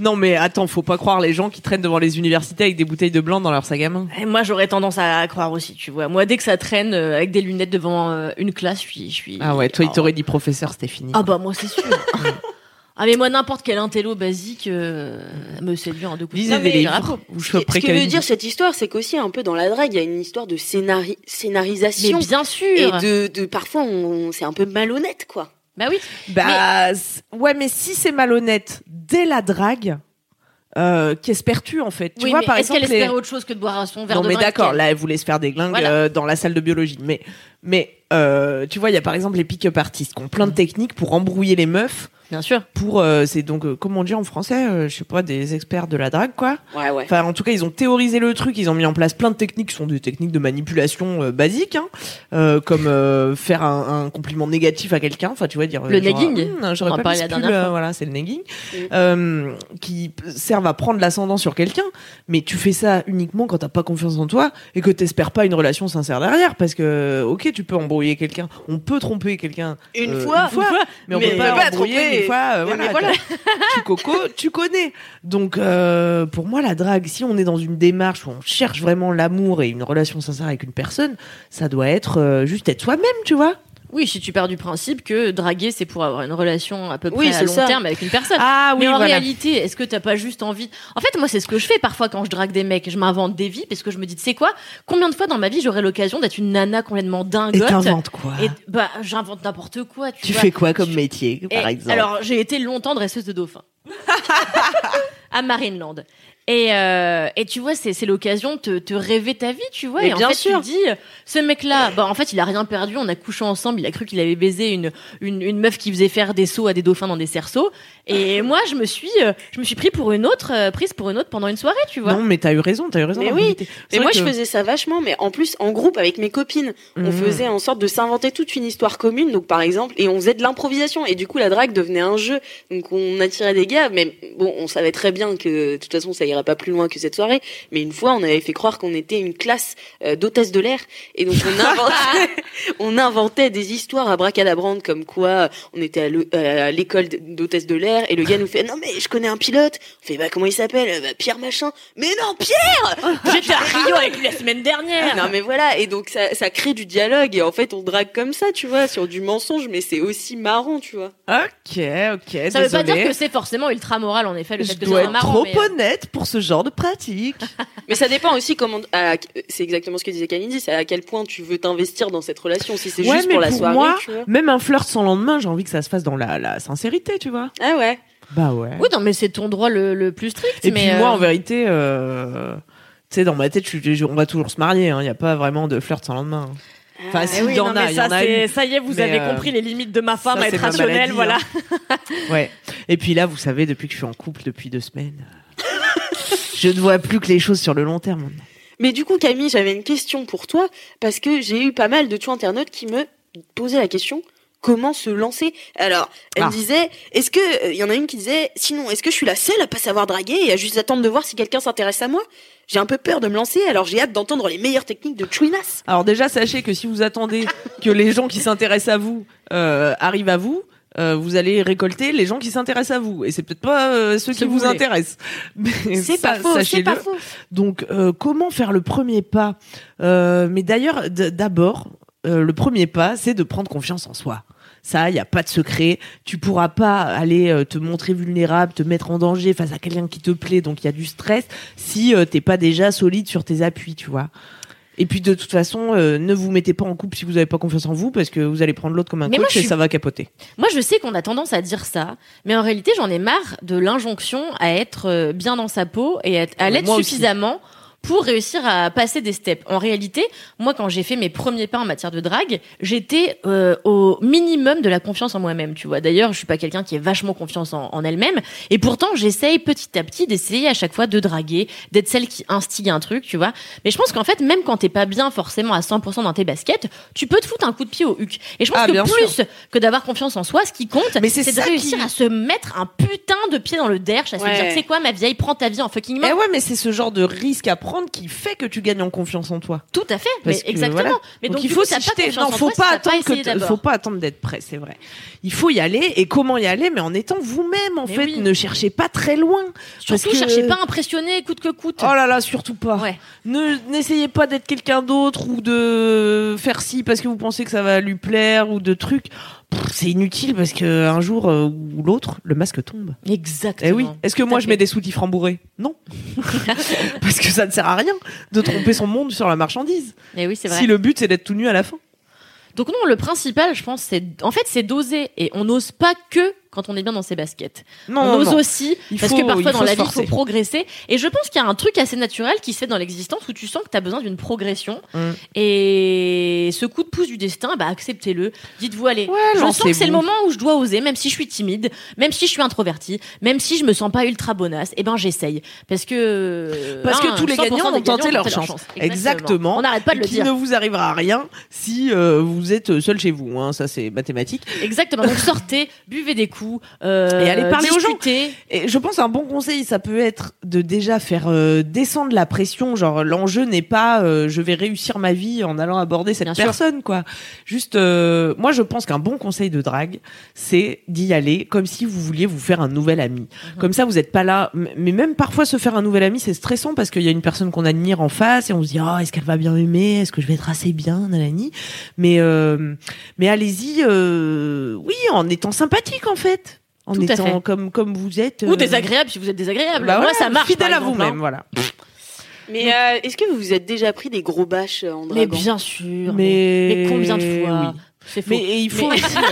Speaker 2: Non, mais attends, faut pas croire les gens qui traînent devant les universités avec des bouteilles de blanc dans leur sac à main.
Speaker 3: Et Eh, moi, j'aurais tendance à croire aussi, tu vois. Moi, dès que ça traîne euh, avec des lunettes devant euh, une classe, je suis, je suis.
Speaker 2: Ah ouais, toi, il
Speaker 3: Oh.
Speaker 2: t'aurait dit professeur, c'était fini.
Speaker 3: Ah bah moi, c'est sûr. ah mais moi, n'importe quel intello basique euh, me séduit en deux coups. de
Speaker 2: Lisez
Speaker 3: poing.
Speaker 2: des
Speaker 3: Mais
Speaker 2: livres. Ou je
Speaker 1: Ce que veut dire cette histoire, c'est qu'aussi un peu dans la drague, il y a une histoire de scénari-
Speaker 3: Mais
Speaker 1: scénarisation.
Speaker 3: bien
Speaker 1: et
Speaker 3: sûr.
Speaker 1: de, de- parfois, on, c'est un peu malhonnête, quoi.
Speaker 3: Bah oui.
Speaker 2: Bah c- ouais, mais si c'est malhonnête dès la drague, euh, qu'espères-tu en fait Tu
Speaker 3: Oui,
Speaker 2: vois,
Speaker 3: mais
Speaker 2: par
Speaker 3: est-ce
Speaker 2: exemple,
Speaker 3: qu'elle espère
Speaker 2: les-
Speaker 3: autre chose que de boire son verre
Speaker 2: non
Speaker 3: de
Speaker 2: mais
Speaker 3: vin
Speaker 2: d'accord,
Speaker 3: qu'elle-
Speaker 2: là, elle voulait se faire des glingues
Speaker 3: Voilà.
Speaker 2: euh, dans la salle de biologie, mais mais euh, tu vois, il y a par exemple les pick-up artistes qui ont plein de techniques pour embrouiller les meufs.
Speaker 3: Bien sûr.
Speaker 2: Pour euh, c'est donc euh, comment dire en français, euh, je sais pas, des experts de la drague quoi.
Speaker 1: Ouais, ouais.
Speaker 2: Enfin, en tout cas, ils ont théorisé le truc, ils ont mis en place plein de techniques, qui sont des techniques de manipulation euh, basiques, hein, euh, comme euh, faire un, un compliment négatif à quelqu'un, enfin, tu vois, dire... euh,
Speaker 3: Le
Speaker 2: genre,
Speaker 3: nagging.
Speaker 2: Hum, J'aurais
Speaker 3: On en
Speaker 2: pas
Speaker 3: parlait
Speaker 2: mis ce
Speaker 3: la
Speaker 2: pull,
Speaker 3: dernière
Speaker 2: euh,
Speaker 3: fois.
Speaker 2: voilà, c'est le nagging,
Speaker 1: Mm.
Speaker 2: euh, qui p- servent à prendre l'ascendant sur quelqu'un, mais tu fais ça uniquement quand t'as pas confiance en toi et que t'espères pas une relation sincère derrière, parce que, ok, tu peux embrouiller quelqu'un, on peut tromper quelqu'un
Speaker 1: Une
Speaker 2: euh,
Speaker 1: fois.
Speaker 2: mais on
Speaker 1: Mais
Speaker 2: peut
Speaker 1: on peut
Speaker 2: pas
Speaker 1: pas
Speaker 2: embrouiller
Speaker 1: tromper.
Speaker 2: une fois. euh,
Speaker 1: Mais
Speaker 2: voilà,
Speaker 1: voilà.
Speaker 2: tu- tu coco, tu connais. Donc euh, pour moi, la drague, si on est dans une démarche où on cherche vraiment l'amour et une relation sincère avec une personne, ça doit être euh, juste être soi-même, tu vois.
Speaker 3: Oui, si tu pars du principe que draguer, c'est pour avoir une relation à peu près
Speaker 1: Oui,
Speaker 3: à
Speaker 1: c'est
Speaker 3: long
Speaker 1: ça.
Speaker 3: terme avec une personne.
Speaker 2: Ah
Speaker 3: Mais en réalité, est-ce que t'as pas juste envie En fait, moi, c'est ce que je fais parfois quand je drague des mecs. Je m'invente des vies parce que je me dis, tu sais quoi Combien de fois dans ma vie j'aurai l'occasion d'être une nana complètement
Speaker 5: Et
Speaker 3: dingote
Speaker 5: t'inventes quoi
Speaker 3: Et bah, j'invente n'importe quoi. Tu,
Speaker 5: Tu
Speaker 3: vois.
Speaker 5: fais quoi comme
Speaker 3: Tu-
Speaker 5: métier,
Speaker 3: Et
Speaker 5: par exemple
Speaker 3: Alors, j'ai été longtemps dresseuse de dauphins. à Marineland. Et, euh, et tu vois, c'est c'est l'occasion de te, te rêver ta vie, tu vois.
Speaker 1: Mais
Speaker 3: et en
Speaker 1: bien
Speaker 3: fait,
Speaker 1: sûr.
Speaker 3: tu te dis, euh, ce mec-là, bah, en fait, il a rien perdu. On a couché ensemble. Il a cru qu'il avait baisé une, une, une meuf qui faisait faire des sauts à des dauphins dans des cerceaux. Et moi, je me suis, euh, je me suis pris pour une autre, euh, prise pour une autre pendant une soirée, tu vois.
Speaker 2: Non, mais t'as eu raison, t'as eu raison.
Speaker 1: Mais
Speaker 2: d'en
Speaker 1: oui,
Speaker 2: profiter. C'est
Speaker 1: Mais moi,
Speaker 2: vrai
Speaker 1: je
Speaker 2: que-
Speaker 1: faisais ça vachement, mais en plus, en groupe, avec mes copines, on
Speaker 2: Mhm.
Speaker 1: faisait en sorte de s'inventer toute une histoire commune, donc par exemple, et on faisait de l'improvisation, et du coup, la drague devenait un jeu, donc on attirait des gars, mais bon, on savait très bien que, de toute façon, ça irait pas plus loin que cette soirée, mais une fois, on avait fait croire qu'on était une classe euh, d'hôtesse de l'air, et donc on inventait, on inventait des histoires à bracadabrande, comme quoi, euh, on était à le- à l'école d'hôtesse de l'air, et le gars nous fait, non mais, je connais un pilote, on fait, bah, comment il s'appelle? Bah, Pierre Machin, mais non, Pierre!
Speaker 3: J'étais à Rio avec lui la semaine dernière.
Speaker 1: Non mais voilà, et donc ça, ça crée du dialogue et en fait on drague comme ça, tu vois, sur du mensonge, mais c'est aussi marrant, tu vois.
Speaker 2: Ok, ok.
Speaker 3: ça veut pas dire
Speaker 2: désolé.
Speaker 3: que c'est forcément ultra moral, en effet, le fait
Speaker 2: je
Speaker 3: que
Speaker 2: dois
Speaker 3: c'est
Speaker 2: être
Speaker 3: marrant.
Speaker 2: trop
Speaker 3: mais, euh,
Speaker 2: honnête pour ce genre de pratique.
Speaker 1: Mais ça dépend aussi comment, à- c'est exactement ce que disait Kalindi, c'est à quel point tu veux t'investir dans cette relation, si c'est
Speaker 2: Ouais,
Speaker 1: juste
Speaker 2: mais
Speaker 1: pour la
Speaker 2: pour
Speaker 1: soirée,
Speaker 2: moi,
Speaker 1: tu vois.
Speaker 2: Même un flirt sans lendemain, j'ai envie que ça se fasse dans la, la sincérité, tu vois.
Speaker 1: Ah ouais.
Speaker 2: Bah ouais.
Speaker 3: Oui, non, mais c'est ton droit le, le plus strict.
Speaker 2: Et
Speaker 3: mais
Speaker 2: puis moi,
Speaker 3: euh,
Speaker 2: en vérité, euh, tu sais, dans ma tête, je suis- je- on va toujours se marier. hein. Il n'y a pas vraiment de flirt sans lendemain. Enfin,
Speaker 3: Eh
Speaker 2: s'il
Speaker 3: oui,
Speaker 2: y en
Speaker 3: non,
Speaker 2: a,
Speaker 3: mais
Speaker 2: il y
Speaker 3: ça,
Speaker 2: en a
Speaker 3: c'est-
Speaker 2: une.
Speaker 3: Ça y est, vous
Speaker 2: Mais,
Speaker 3: avez
Speaker 2: euh,
Speaker 3: compris les limites de ma femme
Speaker 2: Ça,
Speaker 3: à
Speaker 2: c'est
Speaker 3: être
Speaker 2: ma
Speaker 3: rationnelle,
Speaker 2: maladie, hein.
Speaker 3: voilà.
Speaker 2: Ouais. Et puis là, vous savez, depuis que je suis en couple depuis deux semaines, je ne vois plus que les choses sur le long terme.
Speaker 1: Mais du coup, Camille, j'avais une question pour toi, parce que j'ai eu pas mal de tu internautes qui me posaient la question. Comment se lancer Alors, elle
Speaker 2: Ah.
Speaker 1: me disait, est-ce que euh, il y en a une qui disait, sinon, est-ce que je suis la seule à pas savoir draguer et à juste attendre de voir si quelqu'un s'intéresse à moi J'ai un peu peur de me lancer, alors j'ai hâte d'entendre les meilleures techniques de Chouinas.
Speaker 2: Alors déjà, sachez que si vous attendez que les gens qui s'intéressent à vous euh, arrivent à vous, euh, vous allez récolter les gens qui s'intéressent à vous. Et c'est peut-être pas euh, ceux qui
Speaker 3: vous
Speaker 2: vous
Speaker 3: voulez.
Speaker 2: intéressent. Mais
Speaker 1: C'est
Speaker 2: ça,
Speaker 1: pas faux, c'est
Speaker 2: sachez-le.
Speaker 1: pas faux.
Speaker 2: Donc, euh, comment faire le premier pas Euh, Mais d'ailleurs, d- d'abord, euh, le premier pas, c'est de prendre confiance en soi. Ça, il n'y a pas de secret. Tu pourras pas aller euh, te montrer vulnérable, te mettre en danger face à quelqu'un qui te plaît, donc il y a du stress, si euh, t'es pas déjà solide sur tes appuis, tu vois. Et puis de toute façon, euh, ne vous mettez pas en couple si vous n'avez pas confiance en vous, parce que vous allez prendre l'autre comme un
Speaker 3: Mais moi,
Speaker 2: coach
Speaker 3: je
Speaker 2: et
Speaker 3: suis-
Speaker 2: ça va capoter.
Speaker 3: Moi, je sais qu'on a tendance à dire ça, mais en réalité, j'en ai marre de l'injonction à être euh, bien dans sa peau et à, être- à
Speaker 2: Ouais,
Speaker 3: l'être
Speaker 2: moi aussi.
Speaker 3: suffisamment pour réussir à passer des steps. En réalité, moi, quand j'ai fait mes premiers pas en matière de drague, j'étais euh, au minimum de la confiance en moi-même, tu vois. D'ailleurs, je suis pas quelqu'un qui est vachement confiance en, en elle-même, et pourtant, j'essaye petit à petit d'essayer à chaque fois de draguer, d'être celle qui instille un truc, tu vois. Mais je pense qu'en fait, même quand t'es pas bien forcément à 100% dans tes baskets, tu peux te foutre un coup de pied au huc. Et je pense
Speaker 2: Ah,
Speaker 3: que
Speaker 2: bien
Speaker 3: plus que d'avoir confiance en soi, ce qui compte,
Speaker 2: Mais c'est
Speaker 3: c'est de
Speaker 2: ça
Speaker 3: réussir
Speaker 2: qui-
Speaker 3: à se mettre un putain de pied dans le derche, à se
Speaker 1: Ouais.
Speaker 3: dire, tu sais quoi, ma vieille, prends ta vie en fucking main.
Speaker 2: Eh ouais, mais c'est ce genre de risque à prendre qui fait que tu gagnes en confiance en toi.
Speaker 3: Tout à fait,
Speaker 2: Parce
Speaker 3: mais
Speaker 2: que,
Speaker 3: exactement.
Speaker 2: voilà.
Speaker 3: Mais
Speaker 2: donc,
Speaker 3: donc,
Speaker 2: il
Speaker 3: du
Speaker 2: faut
Speaker 3: coup, t'as
Speaker 2: s'y jeter.
Speaker 3: pas
Speaker 2: Non,
Speaker 3: confiance en
Speaker 2: faut
Speaker 3: toi si
Speaker 2: pas
Speaker 3: t'as
Speaker 2: attendre
Speaker 3: essayé
Speaker 2: que
Speaker 3: d'abord.
Speaker 2: faut pas attendre d'être prêt, c'est vrai. Il faut y aller et comment y aller mais en étant vous-même en
Speaker 3: Mais
Speaker 2: fait,
Speaker 3: oui.
Speaker 2: ne cherchez pas très loin parce
Speaker 3: Surtout,
Speaker 2: que-
Speaker 3: cherchez pas à impressionner, coûte que coûte.
Speaker 2: Oh là là, surtout pas.
Speaker 3: Ouais.
Speaker 2: Ne n'essayez pas d'être quelqu'un d'autre ou de faire ci parce que vous pensez que ça va lui plaire ou de trucs. Pff, C'est inutile parce que un jour euh, ou l'autre, le masque tombe.
Speaker 3: Exactement.
Speaker 2: Eh oui. Est-ce que
Speaker 3: Tout
Speaker 2: moi
Speaker 3: à
Speaker 2: je
Speaker 3: fait.
Speaker 2: mets des soutifs rembourrés Non. parce que ça ne sert à rien de tromper son monde sur la marchandise.
Speaker 3: Eh oui, c'est vrai.
Speaker 2: Si le but c'est d'être tout nu à la fin.
Speaker 3: Donc non, le principal, je pense, c'est en fait, c'est d'oser et on n'ose pas que quand on est bien dans ses baskets.
Speaker 2: Non,
Speaker 3: on
Speaker 2: non,
Speaker 3: ose
Speaker 2: non.
Speaker 3: aussi
Speaker 2: Il
Speaker 3: parce
Speaker 2: faut-
Speaker 3: que
Speaker 2: il
Speaker 3: parfois
Speaker 2: faut
Speaker 3: dans la
Speaker 2: se
Speaker 3: vie il faut
Speaker 2: forcer.
Speaker 3: progresser et je pense qu'il y a un truc assez naturel qui se fait dans l'existence où tu sens que tu as besoin d'une progression
Speaker 2: Mm.
Speaker 3: et ce coup de pouce du destin bah acceptez-le dites-vous allez
Speaker 2: Ouais,
Speaker 3: je sens que c'est
Speaker 2: lancez-vous.
Speaker 3: le moment où je dois oser même si je suis timide même si je suis introvertie même si je me sens pas ultra bonasse et ben j'essaye parce que
Speaker 2: Parce que
Speaker 3: hein,
Speaker 2: tous les
Speaker 3: 100% des
Speaker 2: gagnants ont tenté leur chance. Exactement.
Speaker 3: on n'arrête pas de le
Speaker 2: qui
Speaker 3: dire
Speaker 2: ne vous arrivera rien si euh, vous êtes seul chez vous. Hein, ça, c'est mathématique.
Speaker 3: Exactement. Donc sortez, buvez des tout. euh,
Speaker 2: Et aller parler aux gens.
Speaker 3: discuter.
Speaker 2: Et je pense un bon conseil, ça peut être de déjà faire euh, descendre la pression. Genre l'enjeu n'est pas euh, je vais réussir ma vie en allant aborder cette
Speaker 3: Bien sûr.
Speaker 2: personne, quoi. Juste, euh, moi je pense qu'un bon conseil de drague, c'est d'y aller comme si vous vouliez vous faire un nouvel ami.
Speaker 3: Mhm.
Speaker 2: Comme ça, vous n'êtes pas là. M- Mais même parfois, se faire un nouvel ami, c'est stressant parce qu'il y a une personne qu'on admire en face et on se dit ah est-ce qu'elle va bien aimer, est-ce que je vais être assez bien, nanani. Mais euh, mais allez-y, euh, oui, en étant sympathique en fait. En
Speaker 3: Tout à
Speaker 2: étant
Speaker 3: fait.
Speaker 2: comme comme vous êtes
Speaker 3: Ou
Speaker 2: euh,
Speaker 3: désagréable si vous êtes désagréable.
Speaker 2: bah
Speaker 3: Moi,
Speaker 2: voilà,
Speaker 3: ça marche.
Speaker 2: Fidèle
Speaker 3: par
Speaker 2: à
Speaker 3: exemple,
Speaker 2: vous-même,
Speaker 3: hein.
Speaker 2: voilà.
Speaker 1: Mais euh, est-ce que vous vous êtes déjà pris des gros bâches euh, en
Speaker 3: Mais
Speaker 1: dragon
Speaker 3: bien sûr. Mais,
Speaker 2: Mais,
Speaker 3: mais combien de fois
Speaker 2: oui.
Speaker 3: C'est faux.
Speaker 2: Mais et il faut
Speaker 3: Mais-
Speaker 2: aussi. ouais.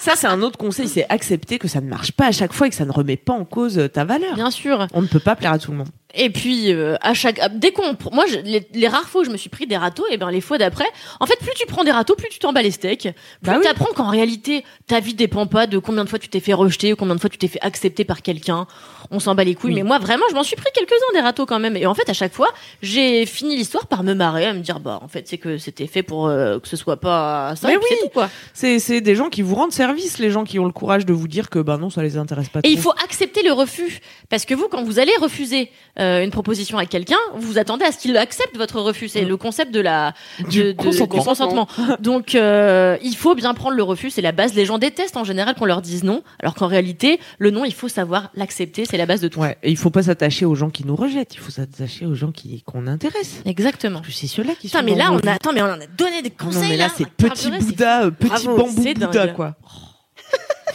Speaker 2: Ça, c'est un autre conseil, c'est accepter que ça ne marche pas à chaque fois et que ça ne remet pas en cause euh, ta valeur.
Speaker 3: Bien sûr.
Speaker 2: On ne peut pas plaire à tout le monde.
Speaker 3: Et puis euh, à chaque à- dès qu'on pr- moi je- les, les rares fois où je me suis pris des râteaux et ben les fois d'après en fait plus tu prends des râteaux plus tu t'en bats les steaks plus
Speaker 2: Bah oui.
Speaker 3: t'apprends qu'en réalité ta vie dépend pas de combien de fois tu t'es fait rejeter ou combien de fois tu t'es fait accepter par quelqu'un on s'en bat les couilles
Speaker 2: Oui.
Speaker 3: mais moi vraiment je m'en suis pris quelques uns des râteaux quand même et en fait à chaque fois j'ai fini l'histoire par me marrer à me dire bah en fait c'est que c'était fait pour euh, que ce soit pas ça
Speaker 2: Mais
Speaker 3: et puis
Speaker 2: oui.
Speaker 3: c'est tout, quoi
Speaker 2: C'est c'est des gens qui vous rendent service, les gens qui ont le courage de vous dire que ben non, ça les intéresse pas.
Speaker 3: Et il
Speaker 2: trop.
Speaker 3: faut accepter le refus. Parce que vous, quand vous allez refuser euh, une proposition à quelqu'un, vous vous attendez à ce qu'il accepte votre refus. C'est
Speaker 2: Mm.
Speaker 3: le concept de la,
Speaker 2: Du
Speaker 3: de- de-
Speaker 2: consentement.
Speaker 3: du consentement. Donc, euh, il faut bien prendre le refus. C'est la base. Les gens détestent en général qu'on leur dise non. Alors qu'en réalité, le non, il faut savoir l'accepter. C'est la base de tout.
Speaker 2: Ouais, et il faut pas s'attacher aux gens qui nous rejettent, il faut s'attacher aux gens qui qu'on intéresse.
Speaker 3: Exactement.
Speaker 2: Parce que C'est ceux-là qui
Speaker 3: Putain,
Speaker 2: sont
Speaker 3: mais
Speaker 2: dans
Speaker 3: là,
Speaker 2: nos
Speaker 3: on a,
Speaker 2: vies.
Speaker 3: attends, mais on en a donné des
Speaker 2: Non,
Speaker 3: conseils.
Speaker 2: mais là,
Speaker 3: là.
Speaker 2: c'est
Speaker 3: Ah,
Speaker 2: petit
Speaker 3: purée, c'est
Speaker 2: Bouddha, euh, petit
Speaker 3: Bravo,
Speaker 2: bambou
Speaker 3: c'est
Speaker 2: Bouddha,
Speaker 3: dingue.
Speaker 2: quoi.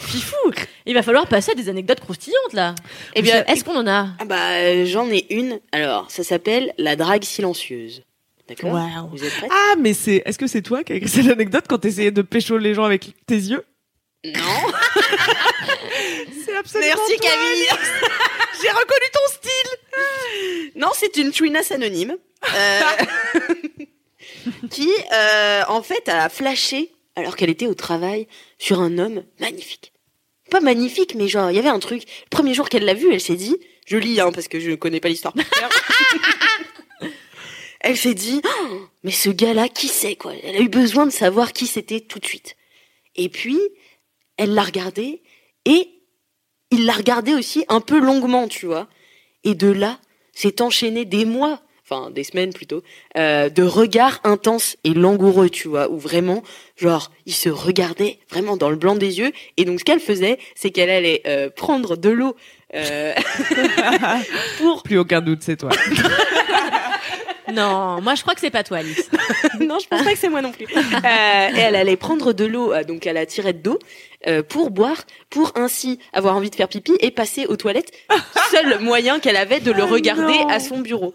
Speaker 3: fifou. Il va falloir passer à des anecdotes croustillantes, là.
Speaker 1: Eh bien,
Speaker 3: est-ce qu'on en a?
Speaker 1: Ah bah, euh, j'en ai une. Alors, ça s'appelle la drague silencieuse. D'accord Vous êtes prêts
Speaker 2: Ah, mais c'est. Est-ce que c'est toi qui as écrit cette anecdote quand t'essayais de pécho les gens avec tes yeux
Speaker 1: Non
Speaker 2: C'est absolument.
Speaker 1: Merci
Speaker 2: toi.
Speaker 1: Camille
Speaker 2: J'ai reconnu ton style.
Speaker 1: Non, c'est une chouinasse anonyme. euh, qui, euh, en fait, a flashé, alors qu'elle était au travail, sur un homme magnifique. Pas magnifique, mais genre, il y avait un truc. Le premier jour qu'elle l'a vu, elle s'est dit... Je lis, hein, parce que je connais pas l'histoire par cœur. Elle s'est dit... Oh, mais ce gars-là, qui c'est, quoi Elle a eu besoin de savoir qui c'était tout de suite. Et puis, elle l'a regardé, et il l'a regardé aussi un peu longuement, tu vois. Et de là, s'est enchaîné des mois, enfin des semaines plutôt, euh, de regards intenses et langoureux, tu vois, où vraiment, genre, ils se regardaient vraiment dans le blanc des yeux. Et donc, ce qu'elle faisait, c'est qu'elle allait euh, prendre de l'eau. euh,
Speaker 2: Pour. Plus aucun doute, c'est toi.
Speaker 3: Non, moi, je crois que c'est pas toi, Alice.
Speaker 1: non, je pense pas que c'est moi non plus. Euh, et elle allait prendre de l'eau, euh, donc à la tirette d'eau, euh, pour boire, pour ainsi avoir envie de faire pipi et passer aux toilettes. Seul moyen qu'elle avait de le
Speaker 2: Ah
Speaker 1: regarder
Speaker 2: non.
Speaker 1: à son bureau.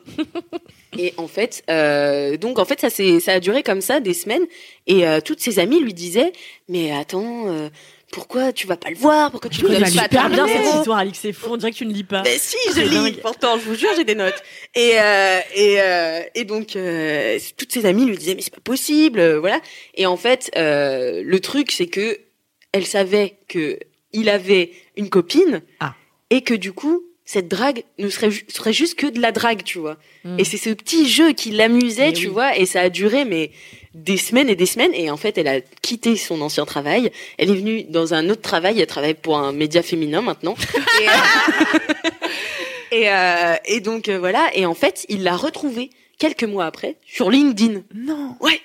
Speaker 1: Et en fait, euh, donc en fait, ça, s'est- ça a duré comme ça des semaines. Et euh, toutes ses amies lui disaient, mais attends, euh, pourquoi tu vas pas le voir Pourquoi tu ne
Speaker 2: Oui,
Speaker 1: vas
Speaker 2: il
Speaker 1: pas
Speaker 2: va lui
Speaker 1: à ton
Speaker 2: parler.
Speaker 1: bureau
Speaker 3: histoire, Alice. C'est fou. On dirait que tu ne lis pas.
Speaker 1: mais si, je
Speaker 3: C'est
Speaker 1: lis.
Speaker 3: dingue.
Speaker 1: Pourtant, je vous jure, j'ai des notes. Et euh, et euh, et donc euh, toutes ses amies lui disaient mais c'est pas possible, euh, voilà. Et en fait, euh, le truc c'est que elle savait que il avait une copine
Speaker 2: Ah.
Speaker 1: et que du coup cette drague ne serait ju- serait juste que de la drague, tu vois.
Speaker 3: Mm.
Speaker 1: Et c'est ce petit jeu qui l'amusait,
Speaker 3: Mais
Speaker 1: tu
Speaker 3: oui.
Speaker 1: vois. Et ça a duré mais des semaines et des semaines. Et en fait, elle a quitté son ancien travail. Elle est venue dans un autre travail. Elle travaille pour un média féminin maintenant. Et, euh, et, euh, et donc euh, voilà. Et en fait, il l'a retrouvée quelques mois après sur LinkedIn.
Speaker 2: Non.
Speaker 1: Ouais.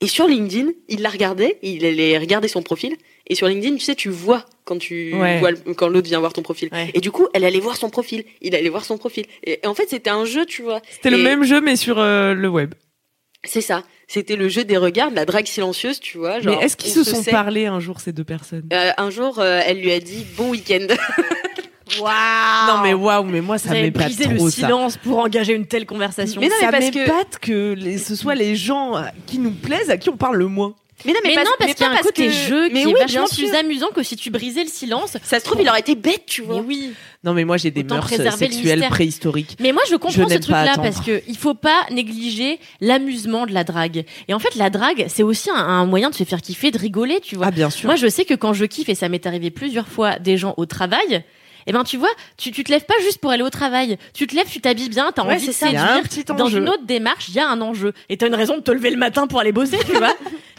Speaker 1: Et sur LinkedIn, il la regardait. Il allait regarder son profil. Et sur LinkedIn, tu sais, tu vois quand tu
Speaker 2: Ouais.
Speaker 1: vois le- quand l'autre vient voir ton profil.
Speaker 3: Ouais.
Speaker 1: Et du coup, elle allait voir son profil. Il allait voir son profil. Et, et en fait, c'était un jeu, tu vois.
Speaker 2: C'était le
Speaker 1: Et-
Speaker 2: même jeu, mais sur euh, le web.
Speaker 1: C'est ça. C'était le jeu des regards, de la drague silencieuse, tu vois. Genre,
Speaker 2: mais est-ce qu'ils
Speaker 1: on
Speaker 2: se sont
Speaker 1: sait.
Speaker 2: parlé un jour, ces deux personnes
Speaker 1: Euh, un jour, euh, elle lui a dit bon week-end.
Speaker 3: Waouh
Speaker 2: Non, mais waouh, mais moi,
Speaker 3: Ah. Vous
Speaker 2: ça
Speaker 3: avez
Speaker 2: m'épate
Speaker 3: brisé le
Speaker 2: trop, ça.
Speaker 3: silence pour engager une telle conversation.
Speaker 2: Mais non, mais
Speaker 1: Ça
Speaker 2: parce
Speaker 1: m'épate
Speaker 2: que, les- ce soit les gens euh, qui nous plaisent, à qui on parle le moins.
Speaker 1: Mais non,
Speaker 3: Mais non, parce qu'il y a
Speaker 1: pas
Speaker 3: un côté jeu qui
Speaker 1: mais
Speaker 3: est
Speaker 1: oui, bien
Speaker 3: vachement
Speaker 1: sûr.
Speaker 3: plus amusant que si tu brisais le silence.
Speaker 1: Ça se trouve, il aurait été bête, tu
Speaker 3: Mais
Speaker 1: vois.
Speaker 3: oui.
Speaker 2: Non, mais moi, j'ai des
Speaker 3: Autant
Speaker 2: mœurs euh,
Speaker 3: préserver le
Speaker 2: sexuelles
Speaker 3: mystère.
Speaker 2: préhistoriques.
Speaker 3: Mais moi, je
Speaker 2: Je
Speaker 3: comprends ce
Speaker 2: n'aime pas
Speaker 3: truc-là
Speaker 2: attendre.
Speaker 3: parce que il faut pas négliger l'amusement de la drague. Et en fait, la drague, c'est aussi un, un moyen de se faire kiffer, de rigoler, tu vois.
Speaker 2: Ah, bien sûr.
Speaker 3: Moi, je sais que quand je kiffe, et ça m'est arrivé plusieurs fois, des gens au travail, Et ben tu vois, tu, tu te lèves pas juste pour aller au travail. Tu te lèves, tu t'habilles bien, t'as
Speaker 2: Ouais,
Speaker 3: envie
Speaker 2: c'est
Speaker 3: de
Speaker 2: ça. Il y a un
Speaker 3: séduire.
Speaker 2: petit
Speaker 3: Dans
Speaker 2: enjeu.
Speaker 3: une autre démarche, il y a un enjeu. Et t'as une raison de te lever le matin pour aller bosser, tu vois.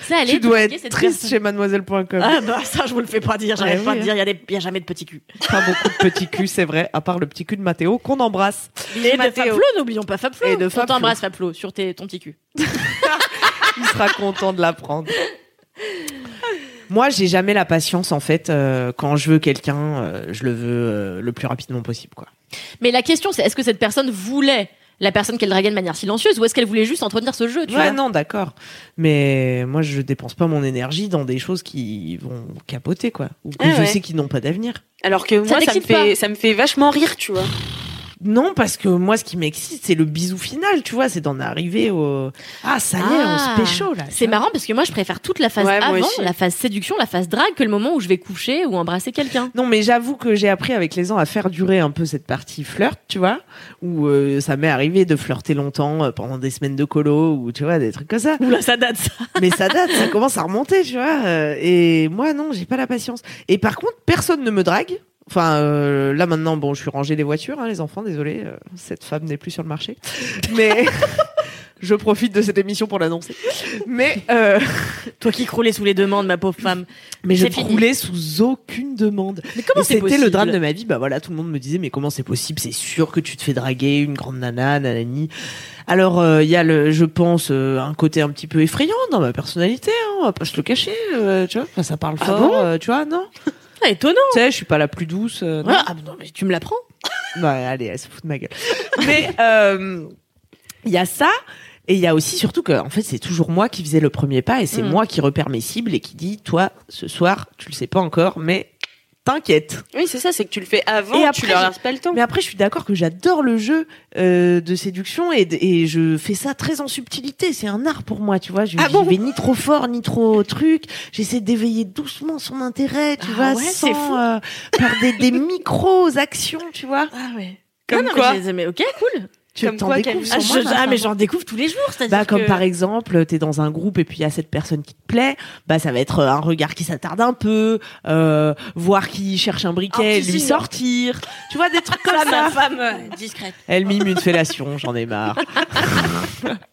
Speaker 3: Ça, allez,
Speaker 2: Tu dois
Speaker 3: débloquer
Speaker 2: être
Speaker 3: cette
Speaker 2: triste
Speaker 3: personne.
Speaker 2: chez mademoiselle.com.
Speaker 3: Ah bah ça, je vous le fais pas dire, j'arrive
Speaker 2: Ouais,
Speaker 3: pas à
Speaker 2: oui, hein.
Speaker 3: te dire, il y, a des- y a jamais de petit cul.
Speaker 2: Pas beaucoup de petits culs, c'est vrai, à part le petit cul de Mathéo qu'on embrasse.
Speaker 3: Et de
Speaker 2: Mathéo.
Speaker 3: Fablo, n'oublions pas Fablo.
Speaker 2: Et de
Speaker 3: On
Speaker 2: Fablo.
Speaker 3: t'embrasse Fablo sur tes, ton petit cul.
Speaker 2: Il sera content de l'apprendre. Moi, j'ai jamais la patience en fait. euh, quand je veux quelqu'un, euh, je le veux euh, le plus rapidement possible, quoi.
Speaker 3: Mais la question, c'est est-ce que cette personne voulait la personne qu'elle draguait de manière silencieuse ou est-ce qu'elle voulait juste entretenir ce jeu, tu
Speaker 2: ouais,
Speaker 3: vois
Speaker 2: non, d'accord. Mais moi, je dépense pas mon énergie dans des choses qui vont capoter, quoi. Ou que
Speaker 1: Ah
Speaker 2: je
Speaker 1: ouais.
Speaker 2: sais qu'ils n'ont pas d'avenir.
Speaker 1: Alors que moi, ça me
Speaker 3: t'excite
Speaker 1: fait,
Speaker 3: pas.
Speaker 1: ça me fait vachement rire, tu vois.
Speaker 2: Non, parce que moi, ce qui m'excite, c'est le bisou final, tu vois. C'est d'en arriver au. Ah, ça y est,
Speaker 3: Ah.
Speaker 2: on se pécho, là.
Speaker 3: C'est marrant parce que moi je préfère toute la phase
Speaker 1: Ouais, moi
Speaker 3: avant,
Speaker 1: aussi.
Speaker 3: la phase séduction, la phase drague que le moment où je vais coucher ou embrasser quelqu'un.
Speaker 2: Non, mais j'avoue que j'ai appris avec les ans à faire durer un peu cette partie flirt, tu vois, où euh, ça m'est arrivé de flirter longtemps euh, pendant des semaines de colo ou tu vois des trucs comme ça.
Speaker 3: Oula, ça date ça.
Speaker 2: Mais ça date, ça commence à remonter, tu vois. euh, et moi, non, j'ai pas la patience. Et par contre, personne ne me drague. Enfin, euh, là maintenant, bon, je suis rangée les voitures, hein, les enfants. Désolé, euh, cette femme n'est plus sur le marché. Mais je profite de cette émission pour l'annoncer. Mais euh,
Speaker 3: Toi qui croulais sous les demandes, ma pauvre femme.
Speaker 2: mais je
Speaker 3: C'est fini.
Speaker 2: croulais sous aucune demande.
Speaker 3: Mais comment
Speaker 2: Et
Speaker 3: c'est
Speaker 2: C'était
Speaker 3: possible
Speaker 2: le drame de ma vie. Bah voilà, tout le monde me disait mais comment c'est possible C'est sûr que tu te fais draguer une grande nana, nanani. Alors euh, il y a le, je pense, euh, un côté un petit peu effrayant dans ma personnalité. Hein, on va pas se le cacher, euh, tu vois. Enfin, ça parle fort, euh, tu vois, non
Speaker 3: Ah, étonnant.
Speaker 2: Tu sais, je suis pas la plus douce. euh, non.
Speaker 3: Ouais, ah, mais non, mais tu me l'apprends.
Speaker 2: Ouais, allez, elle se fout de ma gueule. Mais euh, il y a ça. Et il y a aussi surtout que en fait c'est toujours moi qui faisais le premier pas et c'est
Speaker 3: Mm.
Speaker 2: moi qui repère mes cibles et qui dit toi ce soir tu le sais pas encore mais t'inquiète
Speaker 1: Oui, c'est ça, c'est que tu le fais avant,
Speaker 2: Et
Speaker 1: tu
Speaker 2: après,
Speaker 1: leur
Speaker 2: j'ai-
Speaker 1: laisses pas le temps.
Speaker 2: Mais après, je suis d'accord que j'adore le jeu euh, de séduction et, d- et je fais ça très en subtilité. C'est un art pour moi, tu vois. Je
Speaker 1: Ah
Speaker 2: j'y
Speaker 1: bon
Speaker 2: vais ni trop fort, ni trop truc. J'essaie d'éveiller doucement son intérêt, tu
Speaker 3: Ah
Speaker 2: vois,
Speaker 3: ouais, c'est fou.
Speaker 2: sans, euh, par des, des micros actions, tu vois.
Speaker 3: Ah ouais.
Speaker 1: Comme
Speaker 3: non,
Speaker 1: quoi
Speaker 3: mais, j'ai- mais ok, cool.
Speaker 2: Tu
Speaker 1: Comme
Speaker 2: t'en
Speaker 1: quoi,
Speaker 2: découvres
Speaker 1: Camille
Speaker 2: sur
Speaker 3: Ah,
Speaker 2: moi,
Speaker 3: je-
Speaker 2: grâce
Speaker 3: ah,
Speaker 2: à
Speaker 3: mais
Speaker 2: ça.
Speaker 3: j'en découvre tous les jours, c'est-à-dire
Speaker 2: Bah, comme
Speaker 3: que-
Speaker 2: par exemple, t'es dans un groupe et puis il y a cette personne qui te plaît, bah ça va être euh, un regard qui s'attarde un peu, euh, voir qui cherche un
Speaker 3: Un
Speaker 2: briquet,
Speaker 3: petit
Speaker 2: lui
Speaker 3: signe.
Speaker 2: sortir, tu vois des trucs comme
Speaker 3: Ah,
Speaker 2: ça.
Speaker 3: ma femme euh, discrète.
Speaker 2: Elle mime une fellation, j'en ai marre.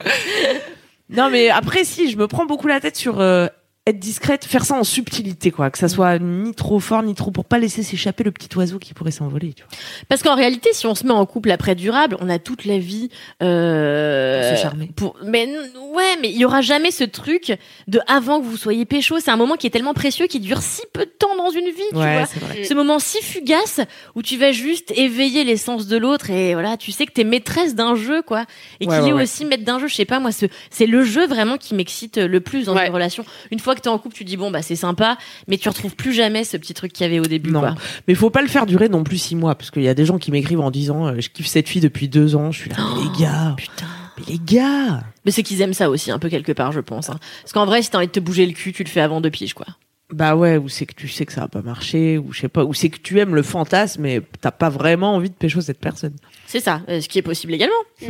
Speaker 2: non, mais après, si, je me prends beaucoup la tête sur euh, être discrète, faire ça en subtilité, quoi. Que ça soit ni trop fort, ni trop pour pas laisser s'échapper le petit oiseau qui pourrait s'envoler, tu vois.
Speaker 3: Parce qu'en réalité, si on se met en couple après durable, on a toute la vie. Euh...
Speaker 2: Pour se charmer.
Speaker 3: Pour... Mais n- ouais, mais il y aura jamais ce truc de avant que vous soyez pécho. C'est un moment qui est tellement précieux, qui dure si peu de temps dans une vie, tu vois.
Speaker 2: c'est vrai.
Speaker 3: Ce moment si fugace où tu vas juste éveiller l'essence de l'autre et voilà, tu sais que t'es maîtresse d'un jeu, quoi. Et
Speaker 2: Ouais,
Speaker 3: qu'il
Speaker 2: ouais,
Speaker 3: est
Speaker 2: ouais.
Speaker 3: aussi maître d'un jeu. Je sais pas, moi, ce- c'est le jeu vraiment qui m'excite le plus dans
Speaker 1: Ouais.
Speaker 3: une relation. Une fois que t'es en couple, tu dis bon, bah, c'est sympa, mais tu retrouves plus jamais ce petit truc qu'il y avait au début,
Speaker 2: Non,
Speaker 3: quoi.
Speaker 2: mais faut pas le faire durer non plus six mois, parce qu'il y a des gens qui m'écrivent en disant euh, je kiffe cette fille depuis deux ans, je suis là, mais les gars,
Speaker 3: Putain.
Speaker 2: mais les gars,
Speaker 3: Mais c'est qu'ils aiment ça aussi, un peu quelque part, je pense. hein. Parce qu'en vrai, si t'as envie de te bouger le cul, tu le fais avant deux piges, quoi.
Speaker 2: bah ouais, ou c'est que tu sais que ça va pas marcher, ou je sais pas, ou c'est que tu aimes le fantasme, mais t'as pas vraiment envie de pécho cette personne.
Speaker 3: C'est ça, euh, ce qui est possible également.
Speaker 1: Mm.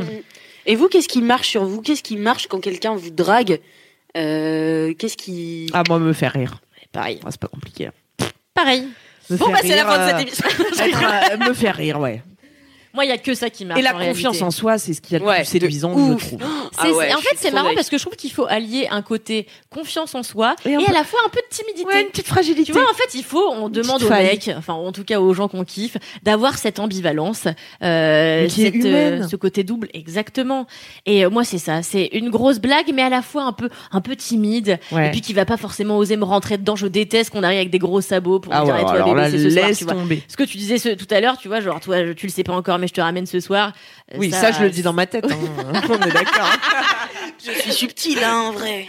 Speaker 1: Et vous, qu'est-ce qui marche sur vous Qu'est-ce qui marche quand quelqu'un vous drague Euh, Qu'est-ce qui...
Speaker 2: Ah, moi, me faire rire.
Speaker 3: Pareil.
Speaker 2: Ah, c'est pas compliqué. hein.
Speaker 3: Pareil.
Speaker 2: Me
Speaker 3: Bon,
Speaker 2: faire
Speaker 3: bah, c'est la
Speaker 2: rire,
Speaker 3: fin de
Speaker 2: euh,
Speaker 3: cette émission.
Speaker 2: être, euh, me faire rire, ouais.
Speaker 3: Moi, il y a que ça qui marche.
Speaker 2: Et la
Speaker 3: en réalité.
Speaker 2: confiance en soi, c'est ce qu'il y a de
Speaker 1: Ouais,
Speaker 2: plus séduisant,
Speaker 1: de
Speaker 2: je
Speaker 1: ouf.
Speaker 2: trouve.
Speaker 1: Ah
Speaker 3: C'est-
Speaker 1: ouais,
Speaker 3: en
Speaker 1: je
Speaker 3: fait,
Speaker 1: suis
Speaker 3: c'est
Speaker 1: trop
Speaker 3: marrant
Speaker 1: d'accord.
Speaker 3: parce que je trouve qu'il faut allier un côté confiance en soi et,
Speaker 2: Et un
Speaker 3: à
Speaker 2: peu-
Speaker 3: la fois un peu de timidité.
Speaker 2: Ouais, une petite fragilité.
Speaker 3: Tu vois, en fait, il faut, on
Speaker 2: petite
Speaker 3: demande aux
Speaker 2: faille.
Speaker 3: mecs, enfin, en tout cas aux gens qu'on kiffe, d'avoir cette ambivalence, euh,
Speaker 2: Mais qui est
Speaker 3: cette, euh,
Speaker 2: humaine.
Speaker 3: ce côté double, exactement. Et euh, moi, c'est ça, c'est une grosse blague, mais à la fois un peu, un peu timide,
Speaker 2: Ouais.
Speaker 3: et puis qui va pas forcément oser me rentrer dedans. Je déteste qu'on arrive avec des gros sabots pour me
Speaker 2: ah ouais,
Speaker 3: dire, Eh, toi,
Speaker 2: alors
Speaker 3: bébé,
Speaker 2: là,
Speaker 3: c'est ce soir,
Speaker 2: laisse
Speaker 3: tu vois.
Speaker 2: tomber.
Speaker 3: Ce que tu disais ce- tout à l'heure, tu vois, genre, toi, je- tu le sais pas encore, mais je te ramène ce soir. Euh,
Speaker 2: Oui, ça, je le dis dans ma tête. hein. On est d'accord.
Speaker 1: Je suis subtile, hein, en vrai.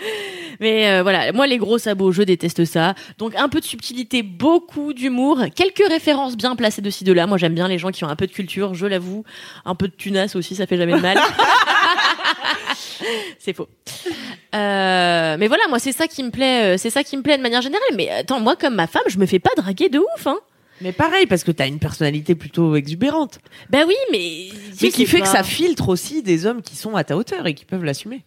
Speaker 3: Mais euh, voilà, moi les gros sabots, je déteste ça. Donc un peu de subtilité, beaucoup d'humour, quelques références bien placées de ci de là. Moi j'aime bien les gens qui ont un peu de culture, je l'avoue. Un peu de tunasse aussi, ça fait jamais de mal. c'est faux. Euh, mais voilà, moi c'est ça qui me plaît, euh, c'est ça qui me plaît de manière générale. Mais attends, moi comme ma femme, je me fais pas draguer de ouf, hein.
Speaker 2: Mais pareil, parce que t'as une personnalité plutôt exubérante.
Speaker 3: Bah oui, mais
Speaker 2: Mais qui fait que ça
Speaker 3: fait
Speaker 2: filtre aussi des hommes qui sont à ta hauteur et qui peuvent l'assumer.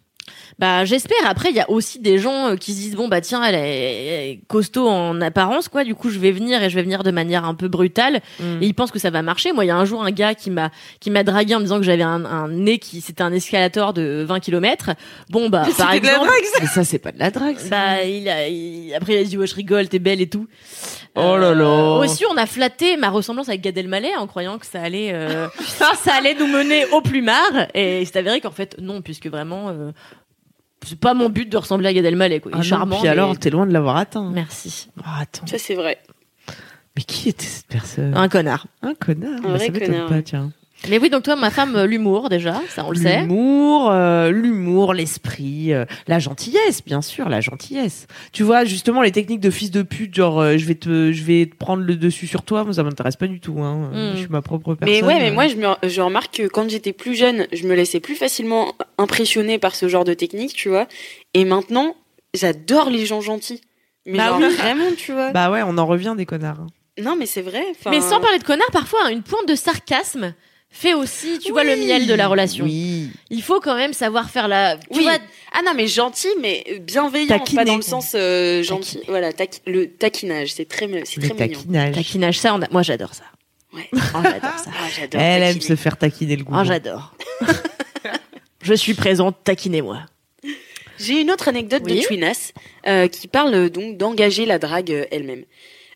Speaker 3: Bah j'espère. Après, il y a aussi des gens euh, qui se disent bon bah tiens, elle est elle est costaud en apparence quoi. Du coup, je vais venir et je vais venir de manière un peu brutale.
Speaker 1: Mm.
Speaker 3: Et ils pensent que ça va marcher. Moi, il y a un jour un gars qui m'a qui m'a dragué en me disant que j'avais un, un nez qui c'était un escalator de 20 km. Bon bah par
Speaker 1: C'était de la
Speaker 3: exemple,
Speaker 1: drague, ça.
Speaker 2: Mais ça, c'est pas de la drague, ça.
Speaker 3: bah il a il- après il a dit ouais je rigole, t'es belle et tout.
Speaker 2: Oh là là.
Speaker 3: Euh, aussi, on a flatté ma ressemblance avec Gad Elmaleh en croyant que ça allait, euh, ça allait nous mener au plumard. Et c'est avéré qu'en fait, non, puisque vraiment, euh, c'est pas mon but de ressembler à Gad Elmaleh. Quoi. Il
Speaker 2: Ah
Speaker 3: est
Speaker 2: non,
Speaker 3: charmant.
Speaker 2: Puis
Speaker 3: mais-
Speaker 2: alors, t'es loin de l'avoir atteint.
Speaker 3: Merci.
Speaker 2: Oh, attends.
Speaker 1: Ça, c'est vrai.
Speaker 2: Mais qui était cette personne
Speaker 3: Un connard.
Speaker 2: Un connard. bah,
Speaker 1: vrai
Speaker 2: ça m'étonne
Speaker 1: connard,
Speaker 2: pas,
Speaker 1: ouais.
Speaker 2: tiens.
Speaker 3: Mais oui, donc toi, ma femme, euh, l'humour déjà, ça on le sait.
Speaker 2: L'humour, euh, l'humour, l'esprit, euh, la gentillesse, bien sûr, la gentillesse. Tu vois, justement, les techniques de fils de pute, genre, euh, je vais te, je vais te prendre le dessus sur toi, moi, ça m'intéresse pas du tout, hein.
Speaker 3: Mm.
Speaker 2: Je suis ma propre personne.
Speaker 1: Mais ouais, mais
Speaker 2: euh.
Speaker 1: moi, je, me, je remarque que quand j'étais plus jeune, je me laissais plus facilement impressionner par ce genre de technique, tu vois. Et maintenant, j'adore les gens gentils. Mais
Speaker 2: Bah
Speaker 1: genre,
Speaker 2: oui.
Speaker 1: vraiment, tu vois.
Speaker 2: Bah ouais, on en revient des connards. hein.
Speaker 1: Non, mais c'est vrai. enfin-
Speaker 3: Mais sans parler de connard, parfois, hein, une pointe de sarcasme fait aussi, tu vois, le miel de la relation.
Speaker 2: Oui.
Speaker 3: Il faut quand même savoir faire la. Tu
Speaker 1: Oui.
Speaker 3: vois,
Speaker 1: Ah non, mais gentil, mais bienveillant,
Speaker 2: Taquiner.
Speaker 1: pas dans le sens euh, gentil. Voilà, taqui- le taquinage, c'est très, mi- c'est
Speaker 2: Le
Speaker 1: très mignon.
Speaker 2: taquinage.
Speaker 3: taquinage, ça, on a- moi j'adore ça.
Speaker 1: Ouais.
Speaker 3: Oh, j'adore ça.
Speaker 1: Ah, j'adore.
Speaker 2: Elle aime
Speaker 1: taquiner.
Speaker 2: se faire taquiner le goût.
Speaker 3: Ah, j'adore. Je suis présente, taquinez-moi.
Speaker 1: J'ai une autre anecdote
Speaker 3: Oui.
Speaker 1: de Twinas euh, qui parle euh, donc d'engager la drague euh, elle-même.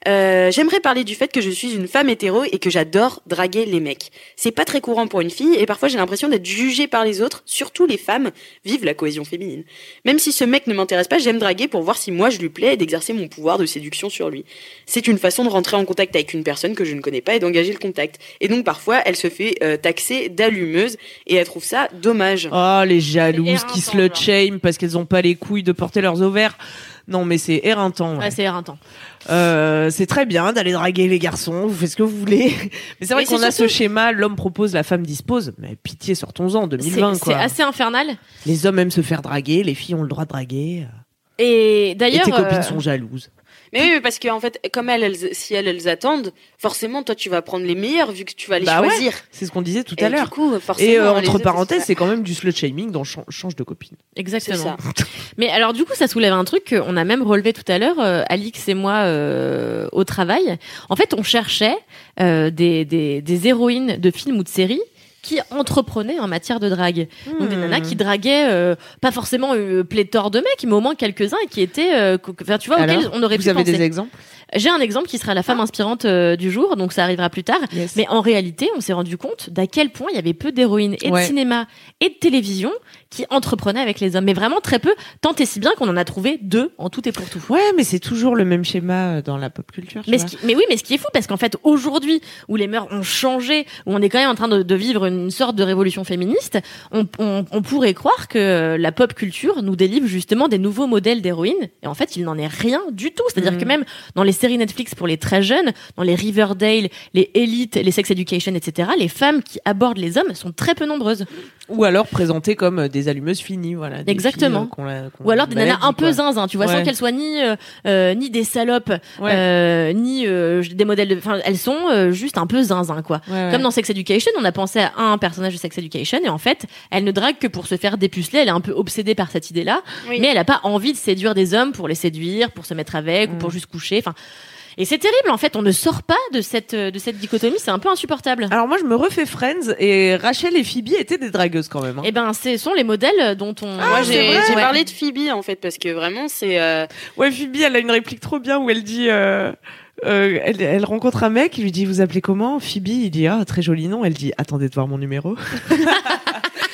Speaker 1: Euh, J'aimerais parler du fait que je suis une femme hétéro et que j'adore draguer les mecs. C'est pas très courant pour une fille et parfois j'ai l'impression d'être jugée par les autres, surtout les femmes. Vive la cohésion féminine. Même si ce mec ne m'intéresse pas, j'aime draguer pour voir si moi je lui plais et d'exercer mon pouvoir de séduction sur lui. C'est une façon de rentrer en contact avec une personne que je ne connais pas et d'engager le contact. Et donc parfois elle se fait euh, taxer d'allumeuse et elle trouve ça dommage.
Speaker 2: Oh, les jalouses
Speaker 3: C'est
Speaker 2: qui
Speaker 3: éreintant,
Speaker 2: slut shame parce qu'elles ont pas les couilles de porter leurs ovaires. Non, mais c'est éreintant. ouais.
Speaker 3: Ouais, c'est éreintant.
Speaker 2: Euh, c'est très bien d'aller draguer les garçons, vous faites ce que vous voulez. Mais c'est vrai
Speaker 3: Mais
Speaker 2: qu'on
Speaker 3: c'est
Speaker 2: a ce
Speaker 3: surtout-
Speaker 2: schéma, l'homme propose, la femme dispose. Mais pitié, sortons-en en
Speaker 3: C'est
Speaker 2: 2020,
Speaker 3: c'est
Speaker 2: quoi.
Speaker 3: assez infernal.
Speaker 2: Les hommes aiment se faire draguer, les filles ont le droit de draguer.
Speaker 3: Et
Speaker 2: Et
Speaker 3: d'ailleurs,
Speaker 2: tes copines
Speaker 3: euh,
Speaker 2: sont jalouses.
Speaker 1: Mais oui, mais parce qu'en fait, comme elles, elles- si elles, elles attendent, forcément, toi, tu vas prendre les meilleures vu que tu vas les
Speaker 2: Bah ouais,
Speaker 1: choisir.
Speaker 2: C'est ce qu'on disait tout
Speaker 1: Et
Speaker 2: à
Speaker 1: du
Speaker 2: l'heure.
Speaker 1: coup, forcément.
Speaker 2: Et euh,
Speaker 1: les
Speaker 2: entre
Speaker 1: autres,
Speaker 2: parenthèses,
Speaker 1: c'est-
Speaker 2: c'est quand même du slut shaming dans Ch- change de copine.
Speaker 3: exactement.
Speaker 1: c'est ça.
Speaker 3: Mais alors du coup, ça soulève un truc qu'on a même relevé tout à l'heure, euh, Alix et moi euh, au travail. En fait, on cherchait euh, des, des, des héroïnes de films ou de séries qui entreprenaient en matière de drague. Donc Mmh. des
Speaker 2: Hmm.
Speaker 3: nanas qui draguaient euh, pas forcément euh, pléthore de mecs, mais au moins quelques-uns et qui étaient, euh, co- enfin, tu vois,
Speaker 2: Alors,
Speaker 3: auxquels on aurait
Speaker 2: Vous
Speaker 3: pu
Speaker 2: avez
Speaker 3: penser.
Speaker 2: des Ah. exemples
Speaker 3: J'ai un exemple qui sera la femme inspirante euh, du jour, donc ça arrivera plus tard. Mais en réalité, on s'est rendu compte d'à quel point il y avait peu d'héroïnes et de
Speaker 2: Ouais.
Speaker 3: cinéma et de télévision qui entreprenaient avec les hommes. Mais vraiment très peu, tant et si bien qu'on en a trouvé deux en tout et pour tout.
Speaker 2: Ouais, mais c'est toujours le même schéma euh, dans la pop culture. tu
Speaker 3: Mais, ce
Speaker 2: vois.
Speaker 3: qui- mais oui, mais ce qui est fou, parce qu'en fait, aujourd'hui, où les mœurs ont changé, où on est quand même en train de, de vivre une sorte de révolution féministe, on, on- on pourrait croire que euh, la pop culture nous délivre justement des nouveaux modèles d'héroïnes. Et en fait, il n'en est rien du tout. C'est-à-dire
Speaker 2: Mhm.
Speaker 3: que même dans les séries Netflix pour les très jeunes, dans les Riverdale, les Elite, les Sex Education, etc., les femmes qui abordent les hommes sont très peu nombreuses.
Speaker 2: Ou alors présentées comme euh, des allumeuses finies, voilà. des
Speaker 3: Exactement.
Speaker 2: filles, euh, qu'on la- qu'on-
Speaker 3: Ou alors des
Speaker 2: bah,
Speaker 3: nanas
Speaker 2: dit,
Speaker 3: un peu
Speaker 2: quoi.
Speaker 3: zinzin, tu vois, sans
Speaker 2: Ouais.
Speaker 3: qu'elles soient ni, euh, euh, ni des salopes,
Speaker 2: Ouais.
Speaker 3: euh, ni euh, des modèles de... Enfin, elles sont euh, juste un peu zinzin, quoi.
Speaker 2: Ouais, ouais.
Speaker 3: Comme dans Sex Education, on a pensé à un personnage de Sex Education et en fait, elle ne drague que pour se faire dépuceler. Elle est un peu obsédée par cette idée-là,
Speaker 1: Oui.
Speaker 3: mais elle n'a pas envie de séduire des hommes pour les séduire, pour se mettre avec
Speaker 2: Mm.
Speaker 3: ou pour juste coucher. Enfin, et c'est terrible. En fait, on ne sort pas de cette de cette dichotomie. C'est un peu insupportable.
Speaker 2: Alors moi je me refais Friends et Rachel et Phoebe étaient des dragueuses quand même. hein.
Speaker 3: Eh ben, ce sont les modèles dont on.
Speaker 1: Moi,
Speaker 2: c'est
Speaker 1: j'ai
Speaker 2: vrai.
Speaker 1: j'ai
Speaker 3: Ouais.
Speaker 1: parlé de Phoebe, en fait, parce que vraiment, c'est. euh,
Speaker 2: Ouais Phoebe elle a une réplique trop bien où elle dit euh, euh, elle, elle rencontre un mec il lui dit vous appelez comment Phoebe il dit ah très joli nom elle dit attendez de voir mon numéro.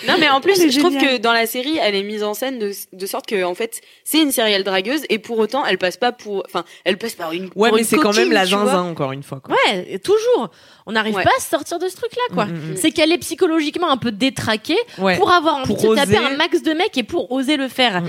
Speaker 1: Non, mais en
Speaker 2: Elle est
Speaker 1: plus, je trouve
Speaker 2: géniale.
Speaker 1: que dans la série, elle est mise en scène de, de sorte que, en fait, c'est une sérielle dragueuse et pour autant, elle passe pas pour. Enfin, elle passe par une.
Speaker 2: Ouais
Speaker 1: pour
Speaker 2: mais
Speaker 1: une
Speaker 2: c'est quand même
Speaker 1: coquine,
Speaker 2: la
Speaker 1: tu vois.
Speaker 2: zinzin encore une fois. Quoi.
Speaker 3: Ouais, toujours. On n'arrive
Speaker 1: Ouais.
Speaker 3: pas à sortir de ce truc-là, quoi.
Speaker 2: Mm, mm, mm.
Speaker 3: C'est qu'elle est psychologiquement un peu détraquée
Speaker 2: Ouais.
Speaker 3: pour avoir envie
Speaker 2: Pour
Speaker 3: de taper
Speaker 2: oser. Mm.
Speaker 3: un max de mecs et pour oser le faire.
Speaker 1: Mm,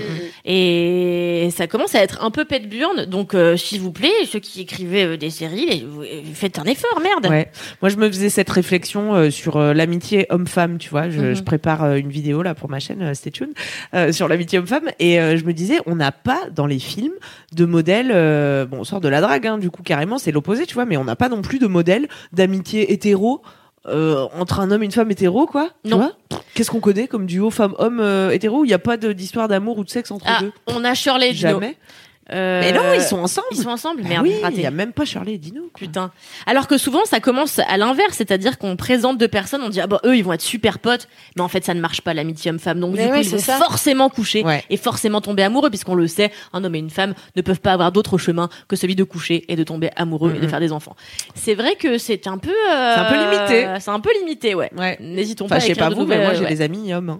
Speaker 3: Et ça commence à être un peu pète burne. Donc, euh, s'il vous plaît, ceux qui écrivaient euh, des séries, les- vous- euh, faites un effort, merde.
Speaker 2: Ouais. Moi, je me faisais cette réflexion euh, sur euh, l'amitié homme-femme, tu vois. Je,
Speaker 3: Mhm.
Speaker 2: je prépare euh, une vidéo là pour ma chaîne, euh, stay tuned, euh, sur l'amitié homme-femme. Et euh, je me disais, on n'a pas dans les films de modèle, euh, bon, on sort de la drague, hein, du coup, carrément, c'est l'opposé, tu vois, mais on n'a pas non plus de modèle d'amitié hétéro euh, entre un homme et une femme hétéro, quoi. tu
Speaker 3: Non.
Speaker 2: vois Qu'est-ce qu'on connaît comme duo femme-homme euh, hétéro Il n'y a pas de- d'histoire d'amour ou de sexe entre
Speaker 3: Ah,
Speaker 2: eux.
Speaker 3: on a Shirley et Gino.
Speaker 2: Jamais.
Speaker 3: Euh,
Speaker 2: Mais non, ils sont ensemble.
Speaker 3: Ils sont ensemble
Speaker 2: Bah
Speaker 3: Merde,
Speaker 2: oui, il
Speaker 3: raté.
Speaker 2: n'y a même pas Charlie et Dino. quoi.
Speaker 3: Putain. Alors que souvent, ça commence à l'inverse, c'est-à-dire qu'on présente deux personnes, on dit ah bah eux ils vont être super potes, mais en fait ça ne marche pas l'amitié homme-femme, donc
Speaker 1: Mais
Speaker 3: du coup
Speaker 1: ouais,
Speaker 3: ils
Speaker 1: c'est
Speaker 3: vont
Speaker 1: ça.
Speaker 3: forcément coucher
Speaker 2: Ouais.
Speaker 3: et forcément tomber amoureux, puisqu'on le sait, un homme et une femme ne peuvent pas avoir d'autre chemin que celui de coucher et de tomber amoureux et de
Speaker 2: Mhm.
Speaker 3: faire des enfants. C'est vrai que c'est un peu, euh,
Speaker 2: C'est un peu limité.
Speaker 3: c'est un peu limité, ouais.
Speaker 2: Ouais.
Speaker 3: N'hésitons
Speaker 2: Enfin,
Speaker 3: pas.
Speaker 2: je
Speaker 3: à
Speaker 2: sais
Speaker 3: écrire
Speaker 2: pas
Speaker 3: de
Speaker 2: vous, mais
Speaker 3: nouvelles-
Speaker 2: moi j'ai
Speaker 3: ouais.
Speaker 2: des amis hommes. hein.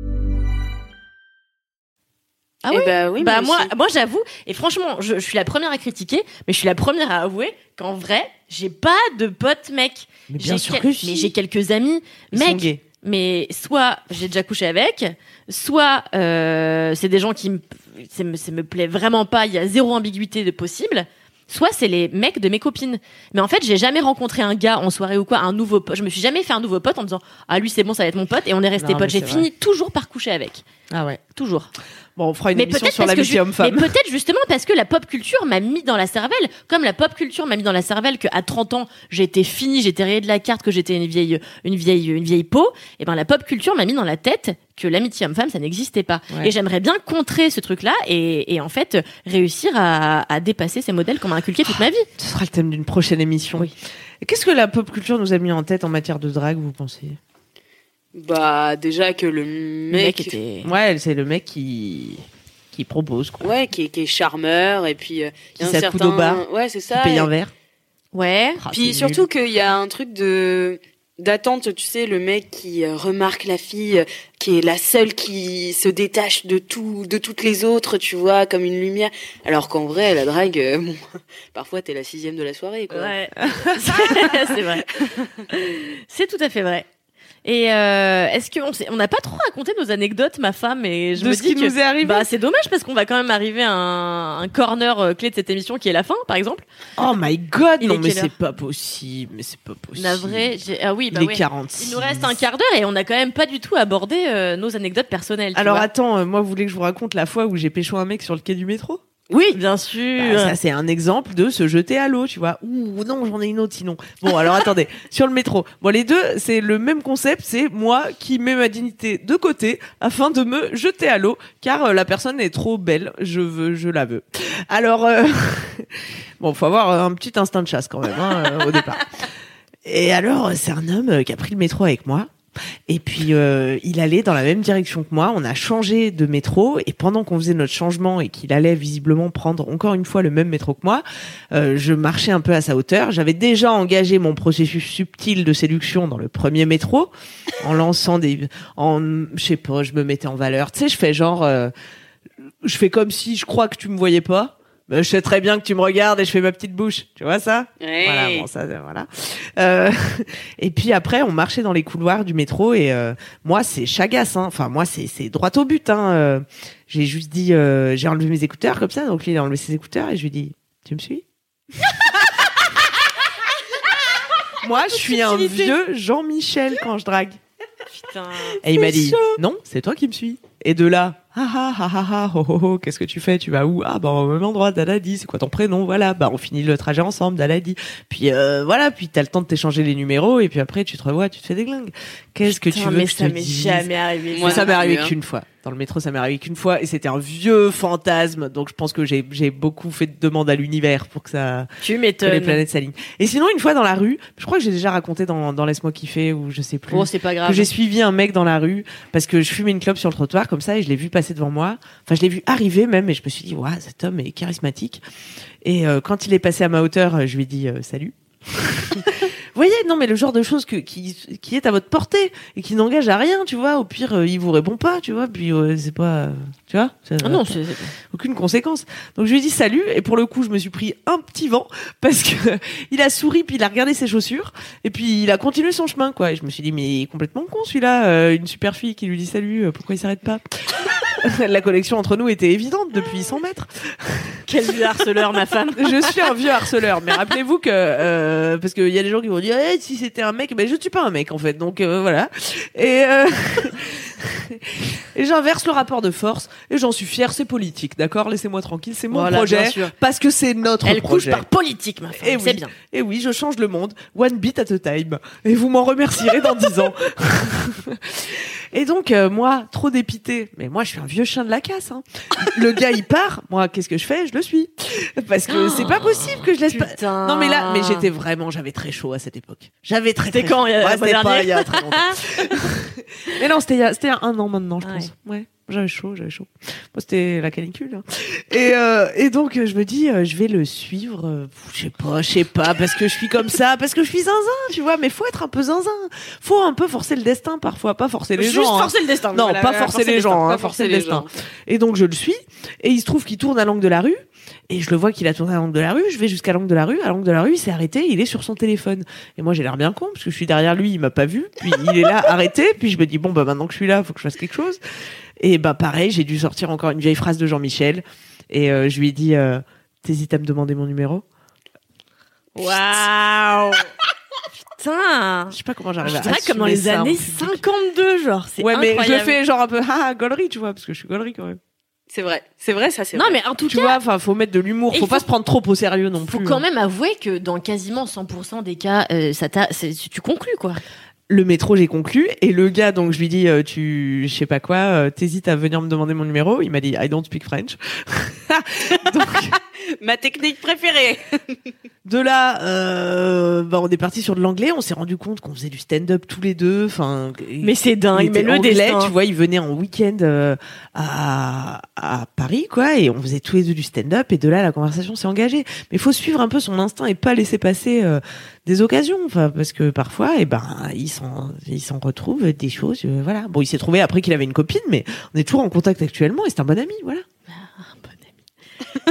Speaker 3: Ah
Speaker 1: Eh
Speaker 3: oui,
Speaker 1: bah oui,
Speaker 3: bah
Speaker 1: moi
Speaker 3: moi,
Speaker 1: aussi.
Speaker 3: moi j'avoue, et franchement, je, je suis la première à critiquer, mais je suis la première à avouer qu'en vrai, j'ai pas de potes mec.
Speaker 2: Mais bien
Speaker 3: J'ai
Speaker 2: sûr
Speaker 3: quel-
Speaker 2: que si.
Speaker 3: Mais j'ai quelques amis
Speaker 2: Ils sont
Speaker 3: mec.
Speaker 2: gays.
Speaker 3: Mais soit j'ai déjà couché avec, soit euh, c'est des gens qui me, ça me, ça me plaît vraiment pas, il y a zéro ambiguïté de possible. Soit c'est les mecs de mes copines. Mais en fait, j'ai jamais rencontré un gars en soirée ou quoi, un nouveau pote. Je me suis jamais fait un nouveau pote en disant Ah, lui, c'est bon, ça va être mon pote. Et on est resté
Speaker 2: Non, mais
Speaker 3: pote. J'ai
Speaker 2: c'est
Speaker 3: fini toujours par coucher avec.
Speaker 2: Ah ouais.
Speaker 3: Toujours
Speaker 2: Bon, on fera une
Speaker 3: mais
Speaker 2: émission
Speaker 3: peut-être
Speaker 2: sur
Speaker 3: parce que
Speaker 2: l'amitié
Speaker 3: ju-
Speaker 2: homme-femme.
Speaker 3: mais peut-être justement parce que la pop culture m'a mis dans la cervelle, comme la pop culture m'a mis dans la cervelle que à 30 ans j'étais finie, j'étais rayée de la carte, que j'étais une vieille, une vieille, une vieille peau. Et ben la pop culture m'a mis dans la tête que l'amitié homme-femme ça n'existait pas.
Speaker 2: Ouais.
Speaker 3: Et j'aimerais bien contrer ce truc-là et, et en fait euh, réussir à, à dépasser ces modèles qu'on m'a inculqués toute ma vie.
Speaker 2: Ce sera le thème d'une prochaine émission. Et Qu'est-ce que la pop culture nous a mis en tête en matière de drague, vous pensez
Speaker 1: Bah, déjà que le
Speaker 3: Le
Speaker 1: mec.
Speaker 3: était.
Speaker 2: Ouais, c'est le mec qui qui propose, quoi.
Speaker 1: Ouais, qui est, qui est charmeur, et puis. euh, il y a
Speaker 2: Qui s'accoude au bar,
Speaker 1: Ouais, c'est
Speaker 2: Qui
Speaker 1: ça.
Speaker 2: paye
Speaker 1: et-
Speaker 2: un verre.
Speaker 3: Ouais.
Speaker 2: Ah,
Speaker 1: Puis
Speaker 2: c'est
Speaker 1: surtout qu'il y a un truc de d'attente, tu sais, le mec qui euh, remarque la fille euh, qui est la seule qui se détache de tout, de toutes les autres, tu vois, comme une lumière. Alors qu'en vrai, la drague, euh, bon, parfois t'es la sixième de la soirée,
Speaker 2: Euh,
Speaker 1: quoi.
Speaker 3: Ouais, c'est vrai. C'est tout à fait vrai. Et euh, est-ce qu'on on n'a pas trop raconté nos anecdotes, ma femme Et je
Speaker 2: De
Speaker 3: me
Speaker 2: ce
Speaker 3: dis
Speaker 2: qui
Speaker 3: que
Speaker 2: nous est arrivé.
Speaker 3: bah, c'est dommage parce qu'on va quand même arriver à un, un corner euh, clé de cette émission qui est la fin, par exemple.
Speaker 2: Oh my god,
Speaker 3: Il est
Speaker 2: non mais
Speaker 3: quelle
Speaker 2: c'est pas possible, mais c'est pas possible.
Speaker 3: Navré, j'ai- ah oui, bah
Speaker 2: Il
Speaker 3: ouais.
Speaker 2: est 46.
Speaker 3: Il nous reste un quart d'heure et on n'a quand même pas du tout abordé euh, nos anecdotes personnelles. tu
Speaker 2: Alors
Speaker 3: vois.
Speaker 2: attends, euh, moi vous voulez que je vous raconte la fois où j'ai pécho un mec sur le quai du métro
Speaker 3: oui, bien sûr.
Speaker 2: Bah, Ça c'est un exemple de se jeter à l'eau, tu vois. Ouh non, j'en ai une autre sinon. Bon alors attendez, sur le métro. Bon les deux, c'est le même concept, c'est moi qui mets ma dignité de côté afin de me jeter à l'eau car euh, la personne est trop belle, je veux je la veux. Alors euh, bon, faut avoir euh, un petit instinct de chasse quand même hein, euh, au départ. Et alors, euh, c'est un homme euh, qui a pris le métro avec moi. Et puis, euh, il allait dans la même direction que moi. On a changé de métro. Et pendant qu'on faisait notre changement et qu'il allait visiblement prendre encore une fois le même métro que moi, euh, je marchais un peu à sa hauteur. J'avais déjà engagé mon processus subtil de séduction dans le premier métro en lançant des... En, je sais pas, je me mettais en valeur. Tu sais, je fais genre... euh, je fais comme si je crois que tu me voyais pas. mais je sais très bien que tu me regardes et je fais ma petite bouche. Tu vois ça
Speaker 1: Ouais.
Speaker 2: voilà, bon, ça, euh, voilà. Euh, et puis après, on marchait dans les couloirs du métro et euh, moi, c'est chagasse. Hein. Enfin, moi, c'est c'est droit au but. Hein. Euh, j'ai juste dit, euh, j'ai enlevé mes écouteurs comme ça. Donc lui, il a enlevé ses écouteurs et je lui dis, tu me suis Moi, je suis un
Speaker 3: Subtilité.
Speaker 2: vieux Jean-Michel quand je drague.
Speaker 3: Putain.
Speaker 2: Et il m'a dit
Speaker 3: chaud.
Speaker 2: non, c'est toi qui me suis. Et de là, ah ah ah ah ah, oh, oh, oh, qu'est-ce que tu fais Tu vas où Ah bah au même endroit, Daladi. C'est quoi ton prénom Voilà, bah on finit le trajet ensemble, Daladi. Puis euh, voilà, puis t'as le temps de t'échanger les numéros et puis après tu te revois, tu te fais des glingues. Qu'est-ce que tu
Speaker 3: Putain,
Speaker 2: veux
Speaker 3: mais
Speaker 2: que je
Speaker 3: ça
Speaker 2: te
Speaker 3: m'est
Speaker 2: dise
Speaker 3: jamais arrivé.
Speaker 1: Moi,
Speaker 3: ça.
Speaker 2: ça
Speaker 1: non
Speaker 2: m'est
Speaker 1: plus,
Speaker 2: arrivé
Speaker 1: hein.
Speaker 2: qu'une fois. Dans le métro, ça m'est arrivé qu'une fois et c'était un vieux fantasme. Donc je pense que j'ai j'ai beaucoup fait de demandes à l'univers pour que ça que
Speaker 3: Tu
Speaker 2: les
Speaker 3: m'étonnes.
Speaker 2: planètes s'alignent. Et sinon, une fois dans la rue, je crois que j'ai déjà raconté dans, dans Laisse-moi kiffer ou je sais plus
Speaker 3: Bon, Oh, c'est pas
Speaker 2: que
Speaker 3: grave.
Speaker 2: j'ai suivi un mec dans la rue parce que je fumais une clope sur le trottoir comme ça et je l'ai vu passer devant moi. Enfin, je l'ai vu arriver même et je me suis dit, waouh, cet homme est charismatique. Et euh, quand il est passé à ma hauteur, euh, je lui ai dit euh, salut. voyez, non, mais le genre de choses que, qui, qui est à votre portée et qui n'engage à rien, tu vois. Au pire, euh, il vous répond pas, tu vois. Puis euh, c'est pas, euh, tu vois. ça-
Speaker 3: Ah non, c'est-
Speaker 2: aucune conséquence. Donc je lui ai dit salut et pour le coup je me suis pris un petit vent parce que il a souri puis il a regardé ses chaussures et puis il a continué son chemin quoi. Et je me suis dit mais il est complètement con celui-là, euh, une super fille qui lui dit salut, euh, pourquoi il s'arrête pas La connexion entre nous était évidente depuis 100 mètres.
Speaker 3: quel vieux harceleur, ma femme.
Speaker 2: Je suis un vieux harceleur, mais rappelez-vous que euh, parce qu'il y a des gens qui vont dire Eh, si c'était un mec, ben je ne suis pas un mec en fait, donc euh, voilà. Et, euh, et j'inverse le rapport de force et j'en suis fière, c'est politique, d'accord Laissez-moi tranquille, c'est mon
Speaker 3: Voilà,
Speaker 2: projet
Speaker 3: bien sûr.
Speaker 2: parce que c'est notre
Speaker 3: Elle couche
Speaker 2: projet.
Speaker 3: par politique, ma femme.
Speaker 2: Et
Speaker 3: C'est
Speaker 2: oui,
Speaker 3: bien.
Speaker 2: Et Eh oui, je change le monde, one beat at a time. Et vous m'en remercierez dans dix ans. et donc, euh, moi, trop dépité. Mais moi, je suis un vieux chien de la casse. Hein. Le gars, il part. Moi, qu'est-ce que je fais Je le suis. Parce que c'est pas possible que je laisse pas...
Speaker 3: Putain.
Speaker 2: Non mais là, mais j'étais vraiment, j'étais- j'avais très chaud à cette époque. J'avais très.
Speaker 3: C'était
Speaker 2: très
Speaker 3: quand, euh,
Speaker 2: chaud.
Speaker 3: il y
Speaker 2: Ouais,
Speaker 3: a- le
Speaker 2: c'était
Speaker 3: mois
Speaker 2: pas
Speaker 3: dernier
Speaker 2: il y a très longtemps. mais non, c'était il y a- c'était il y a un an maintenant, je
Speaker 3: Ouais.
Speaker 2: pense. Ouais, j'avais chaud, j'avais chaud. Moi, c'était la canicule. hein. Et euh, et donc euh, je me dis, euh, je vais le suivre. euh, je sais pas, je sais pas, parce que je suis comme ça, parce que je suis zinzin, tu vois. Mais faut être un peu zinzin. Faut un peu forcer le destin parfois, pas forcer les
Speaker 3: Juste
Speaker 2: gens. hein.
Speaker 3: forcer le destin.
Speaker 2: Non,
Speaker 3: voilà,
Speaker 2: pas
Speaker 3: voilà,
Speaker 2: forcer les
Speaker 3: destin,
Speaker 2: gens,
Speaker 3: pas
Speaker 2: hein, forcer le destin. Et donc je le suis, et il se trouve qu'il tourne à l'angle de la rue, et je le vois qu'il a tourné à l'angle de la rue, je vais jusqu'à l'angle de la rue, à l'angle de la rue il s'est arrêté, il est sur son téléphone. Et moi j'ai l'air bien con, parce que je suis derrière lui, il m'a pas vu, puis il est là arrêté, puis je me dis bon bah maintenant que je suis là, faut que je fasse quelque chose. Et bah pareil, j'ai dû sortir encore une vieille phrase de Jean-Michel, et euh, je lui ai dit euh, t'hésites à me demander mon numéro
Speaker 3: Waouh. Putain. Ah,
Speaker 2: Je sais pas comment j'arrive
Speaker 3: Je
Speaker 2: à
Speaker 3: dirais comme dans
Speaker 2: assumer
Speaker 3: les
Speaker 2: ça en
Speaker 3: années
Speaker 2: public.
Speaker 3: 52, genre. C'est
Speaker 2: Ouais
Speaker 3: incroyable.
Speaker 2: mais je le fais genre un peu ah gaulerie tu vois, parce que je suis gaulerie quand même.
Speaker 1: C'est vrai, c'est vrai, ça c'est
Speaker 3: Non,
Speaker 1: vrai.
Speaker 3: mais en tout
Speaker 2: Tu
Speaker 3: cas,
Speaker 2: vois, enfin, faut mettre de l'humour,
Speaker 3: Et
Speaker 2: faut,
Speaker 3: il
Speaker 2: pas
Speaker 3: faut-
Speaker 2: se prendre trop au sérieux non
Speaker 3: faut
Speaker 2: plus.
Speaker 3: quand
Speaker 2: hein.
Speaker 3: même avouer que dans quasiment 100% des cas, euh, ça t'a, c'est- tu conclus, quoi.
Speaker 2: Le métro, j'ai conclu, et le gars, donc je lui dis, euh, tu, je sais pas quoi, euh, t'hésites à venir me demander mon numéro. Il m'a dit, I don't speak French. donc
Speaker 1: Ma technique préférée.
Speaker 2: de là, euh, bah, on est parti sur de l'anglais. On s'est rendu compte qu'on faisait du stand-up tous les deux. Enfin,
Speaker 3: Mais c'est dingue,
Speaker 2: il
Speaker 3: mais
Speaker 2: était
Speaker 3: le
Speaker 2: anglais,
Speaker 3: destin.
Speaker 2: tu vois, il venait en week-end euh, à, à Paris, quoi, et on faisait tous les deux du stand-up, et de là, la conversation s'est engagée. Mais il faut suivre un peu son instinct et pas laisser passer euh, des occasions, enfin, parce que parfois, eh ben, il s'en, il s'en retrouve des choses, euh, voilà. Bon, il s'est trouvé après qu'il avait une copine, mais on est toujours en contact actuellement, et c'est un bon ami, voilà.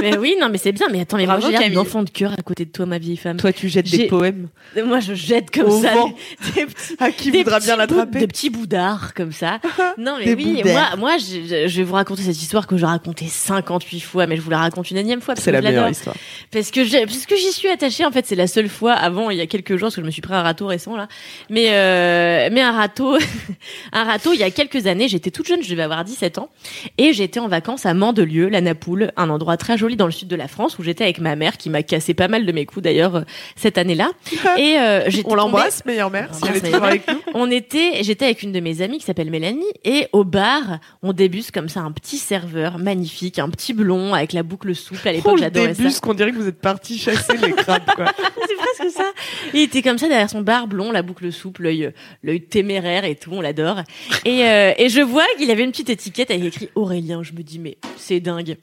Speaker 3: mais oui, non, mais c'est bien. Mais attends, mais
Speaker 1: Bravo,
Speaker 3: moi, j'ai l'air
Speaker 1: Camille.
Speaker 3: d'un enfant de cœur à côté de toi, ma vieille femme.
Speaker 2: Toi, tu jettes des
Speaker 3: J'ai-
Speaker 2: poèmes
Speaker 3: Moi, je jette comme
Speaker 2: Au
Speaker 3: ça
Speaker 2: vent.
Speaker 3: des- des petits
Speaker 2: à qui
Speaker 3: des
Speaker 2: voudra
Speaker 3: petits
Speaker 2: bien
Speaker 3: bouts- Des
Speaker 2: l'attraper.
Speaker 3: petits bouts d'art comme ça. Non mais
Speaker 2: Des
Speaker 3: oui,
Speaker 2: bouts
Speaker 3: moi,
Speaker 2: d'art.
Speaker 3: moi je, je- je vais vous raconter cette histoire que j'ai racontée 58 fois, mais je vous la raconte une énième fois parce
Speaker 2: C'est
Speaker 3: que
Speaker 2: la
Speaker 3: je l'adore.
Speaker 2: meilleure histoire.
Speaker 3: Parce que j'ai- parce que j'y suis attachée en fait, c'est la seule fois avant il y a quelques jours parce que je me suis pris un râteau récent là. Mais euh, mais un râteau un râteau il y a quelques années, j'étais toute jeune, je devais avoir 17 ans et j'étais en vacances à Mandelieu, la Napoule, un endroit très joli dans le sud de la France où j'étais avec ma mère qui m'a cassé pas mal de mes coups d'ailleurs euh, cette année-là et euh, j'étais
Speaker 2: On
Speaker 3: tombée-
Speaker 2: l'embrasse, meilleure mère, si elle est
Speaker 3: l'embrasse,
Speaker 2: toujours
Speaker 3: meilleure
Speaker 2: avec nous.
Speaker 3: on était, j'étais avec une de mes amies qui s'appelle Mélanie, et au bar, on débuse comme ça un petit serveur magnifique, un petit blond avec la boucle souple. À
Speaker 2: Oh,
Speaker 3: l'époque,
Speaker 2: le
Speaker 3: j'adorais ça.
Speaker 2: début, ce qu'on dirait que vous êtes parti chasser les crabes, quoi.
Speaker 3: C'est presque ça. Il était comme ça derrière son bar blond, la boucle souple, l'œil, l'œil téméraire et tout, on l'adore. Et, euh, et je vois qu'il avait une petite étiquette avec écrit Aurélien. Je me dis mais c'est dingue.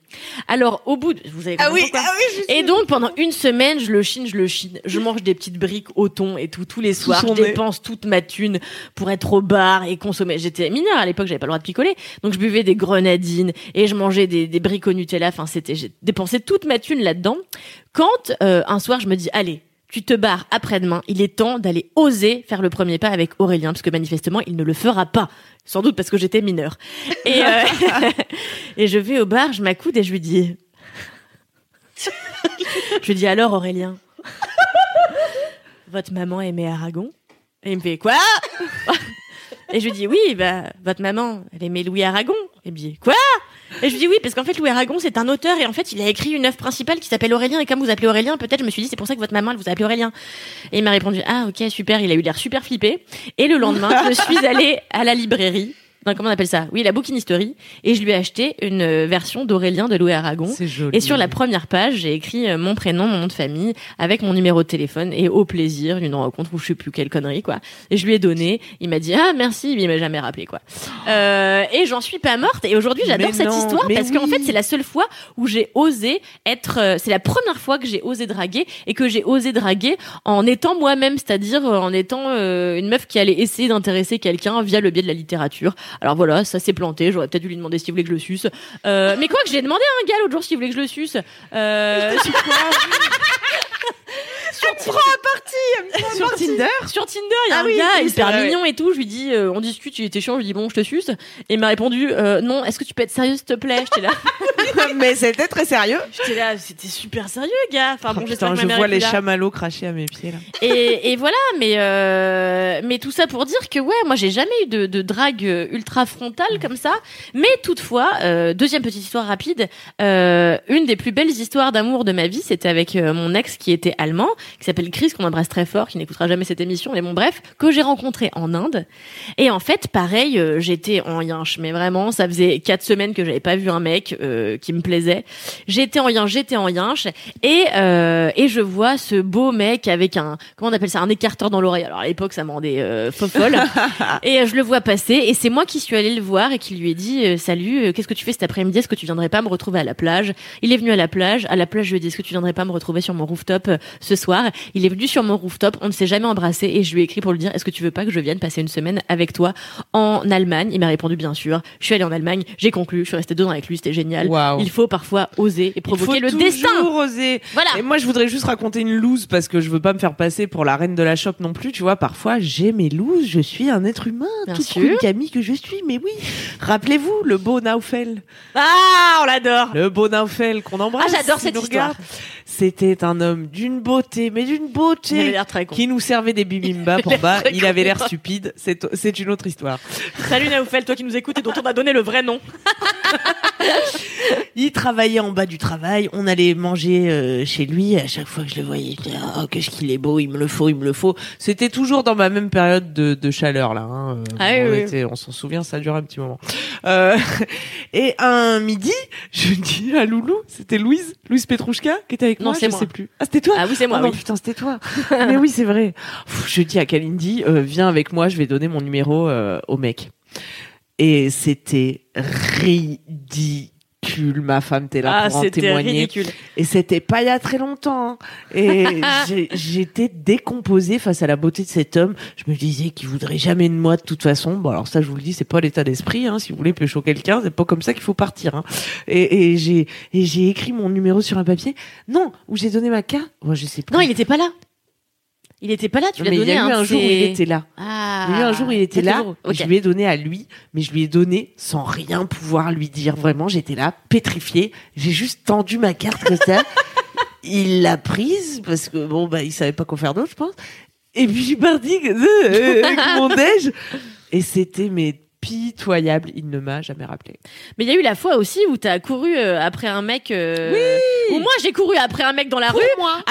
Speaker 3: Alors au bout, de... vous avez compris pourquoi
Speaker 1: Ah oui,
Speaker 3: et donc pendant une semaine, je le chine, je le chine. Je mange des petites briques au thon et tout tous les soirs.
Speaker 2: son
Speaker 3: Je
Speaker 2: nez.
Speaker 3: dépense toute ma thune pour être au bar et consommer. J'étais mineure à l'époque, j'avais pas le droit de picoler, donc je buvais des grenadines et je mangeais des, des briques au Nutella. Enfin, c'était j'ai dépensé toute ma thune là-dedans. Quand euh, un soir, je me dis allez. Tu te barres après-demain. Il est temps d'aller oser faire le premier pas avec Aurélien, parce que manifestement, il ne le fera pas. Sans doute parce que j'étais mineure. Et, euh, et je vais au bar, je m'accoude et je lui dis je lui dis alors Aurélien, votre maman aimait Aragon Et il me fait quoi Et je lui dis oui, bah votre maman, elle aimait Louis Aragon. Et il me dit quoi Et je lui dis oui parce qu'en fait Louis Aragon c'est un auteur et en fait il a écrit une œuvre principale qui s'appelle Aurélien et comme vous appelez Aurélien, peut-être je me suis dit c'est pour ça que votre maman elle vous a appelé Aurélien. Et il m'a répondu ah ok super, il a eu l'air super flippé. Et le lendemain je suis allée à la librairie non, comment on appelle ça Oui, la bouquinisterie. Et je lui ai acheté une euh, version d'Aurélien de Louis Aragon.
Speaker 2: C'est joli.
Speaker 3: Et sur la première page, j'ai écrit euh, mon prénom, mon nom de famille, avec mon numéro de téléphone et au plaisir d'une rencontre ou je sais plus quelle connerie quoi. Et je lui ai donné. Il m'a dit ah merci, mais il m'a jamais rappelé quoi. Euh, et j'en suis pas morte. Et aujourd'hui, j'adore
Speaker 2: Mais
Speaker 3: cette
Speaker 2: non,
Speaker 3: histoire
Speaker 2: mais
Speaker 3: parce qu'en
Speaker 2: oui.
Speaker 3: fait, c'est la seule fois où j'ai osé être. euh, c'est la première fois que j'ai osé draguer et que j'ai osé draguer en étant moi-même, c'est-à-dire euh, en étant euh, une meuf qui allait essayer d'intéresser quelqu'un via le biais de la littérature. Alors voilà, ça s'est planté. J'aurais peut-être dû lui demander s'il voulait que je le suce. Euh, mais quoi que j'ai demandé à un gars l'autre jour s'il voulait que je le suce. Euh, sur quoi Sur Tinder.
Speaker 2: sur Tinder.
Speaker 3: Sur Tinder, il y a
Speaker 2: Ah
Speaker 3: un
Speaker 2: oui,
Speaker 3: gars
Speaker 2: oui,
Speaker 3: hyper
Speaker 2: c'est vrai,
Speaker 3: mignon et tout. Je lui dis, euh, on discute, il était chiant. Je lui dis, bon, je te suce. Et il m'a répondu, euh, non, est-ce que tu peux être sérieux, s'il te plaît J'étais là,
Speaker 2: Mais c'était très sérieux.
Speaker 3: j'étais là, c'était super sérieux, gars. Enfin, bon,
Speaker 2: Oh, putain,
Speaker 3: j'espère que ma
Speaker 2: je
Speaker 3: mère
Speaker 2: vois
Speaker 3: est plus
Speaker 2: les
Speaker 3: là.
Speaker 2: chamallows cracher à mes pieds là.
Speaker 3: Et, et voilà, mais euh, mais tout ça pour dire que ouais, moi j'ai jamais eu de, de drague euh, ultra frontale comme ça. Mais toutefois, euh, deuxième petite histoire rapide, euh, une des plus belles histoires d'amour de ma vie, c'était avec euh, mon ex qui était allemand, qui s'appelle Chris, qu'on embrasse très fort, qui n'écoutera jamais cette émission, mais bon bref, que j'ai rencontré en Inde. Et en fait, pareil, euh, j'étais en yinche, mais vraiment, ça faisait quatre semaines que j'avais pas vu un mec euh, qui me plaisait. J'étais en yinche, j'étais en yinche, et euh, et je vois ce beau mec avec un comment on appelle ça un écarteur dans l'oreille. Alors à l'époque ça me rendait euh, fo- folle. et euh, je le vois passer et c'est moi qui suis allée le voir et qui lui ai dit euh, salut euh, qu'est-ce que tu fais cet après-midi est-ce que tu viendrais pas me retrouver à la plage il est venu à la plage à la plage je lui ai dit est-ce que tu viendrais pas me retrouver sur mon rooftop euh, ce soir il est venu sur mon rooftop on ne s'est jamais embrassé et je lui ai écrit pour lui dire est-ce que tu veux pas que je vienne passer une semaine avec toi en Allemagne il m'a répondu bien sûr je suis allée en Allemagne j'ai conclu je suis restée deux ans avec lui c'était génial
Speaker 2: Waouh.
Speaker 3: il faut parfois oser et provoquer le destin Ah.
Speaker 2: toujours oser.
Speaker 3: voilà
Speaker 2: Et moi, je voudrais juste raconter une loose parce que je veux pas me faire passer pour la reine de la chope non plus. Tu vois, parfois, j'ai mes looses, je suis un être humain,
Speaker 3: Bien
Speaker 2: tout
Speaker 3: sûr.
Speaker 2: cool, Camille que je suis. Mais oui, rappelez-vous le beau Naufel,
Speaker 3: ah on l'adore
Speaker 2: le beau Naufel qu'on embrasse.
Speaker 3: Ah, j'adore
Speaker 2: qui
Speaker 3: cette
Speaker 2: nous
Speaker 3: histoire.
Speaker 2: regarde. C'était un homme d'une beauté, mais d'une
Speaker 3: il avait
Speaker 2: beauté.
Speaker 3: l'air très con
Speaker 2: Qui nous servait des bibimbap en bas, il avait l'air stupide, c'est c'est une autre histoire.
Speaker 3: Salut Naoufel, toi qui nous écoutes et dont on a donné le vrai nom.
Speaker 2: Il travaillait en bas du travail, on allait manger euh, chez lui, à chaque fois que je le voyais, je disais, oh, qu'est-ce qu'il est beau, il me le faut, il me le faut. C'était toujours dans ma même période de, de chaleur, là. hein. Euh,
Speaker 3: Ah oui,
Speaker 2: on
Speaker 3: oui.
Speaker 2: était- on s'en souvient, ça dure un petit moment. Euh, et un midi, je dis à Loulou, c'était Louise, Louise Petrouchka, qui était avec
Speaker 3: Non,
Speaker 2: moi,
Speaker 3: c'est
Speaker 2: je
Speaker 3: moi.
Speaker 2: sais plus. Ah, c'était toi
Speaker 3: Ah oui, c'est moi,
Speaker 2: Oh non,
Speaker 3: oui.
Speaker 2: putain, c'était toi. Mais oui, c'est vrai. Pff, Je dis à Kalindi, euh, viens avec moi, je vais donner mon numéro euh, au mec. Et c'était ridicule. Ma femme était là
Speaker 3: Ah,
Speaker 2: pour en
Speaker 3: c'était
Speaker 2: témoigner.
Speaker 3: ridicule.
Speaker 2: Et c'était pas il y a très longtemps. hein. Et j'ai- j'étais décomposée face à la beauté de cet homme. Je me disais qu'il voudrait jamais de moi de toute façon. Bon, alors ça, je vous le dis, c'est pas l'état d'esprit. Hein. Si vous voulez pécho quelqu'un, c'est pas comme ça qu'il faut partir. Hein. Et, et j'ai et j'ai écrit mon numéro sur un papier. Non, où j'ai donné ma carte. Moi, je sais plus.
Speaker 3: Non, il était pas là. Il était pas là, tu
Speaker 2: Non,
Speaker 3: l'as
Speaker 2: mais il y
Speaker 3: donné
Speaker 2: a eu
Speaker 3: hein,
Speaker 2: un jour où il
Speaker 3: c'est-
Speaker 2: était là.
Speaker 3: Ah.
Speaker 2: Il y a eu un jour, il était
Speaker 3: Quatre
Speaker 2: là.
Speaker 3: jours,
Speaker 2: et
Speaker 3: ok.
Speaker 2: Je lui ai donné à lui, mais je lui ai donné sans rien pouvoir lui dire. Vraiment, j'étais là, pétrifiée. J'ai juste tendu ma carte comme ça. il l'a prise parce que bon, bah, il savait pas quoi faire d'autre, je pense. Et puis je suis partie comme ça, euh, avec mon déj. Et c'était mais pitoyable. Il ne m'a jamais rappelé.
Speaker 3: Mais il y a eu la fois aussi où t'as couru euh, après un mec. euh, Où moi j'ai couru après un mec dans la rue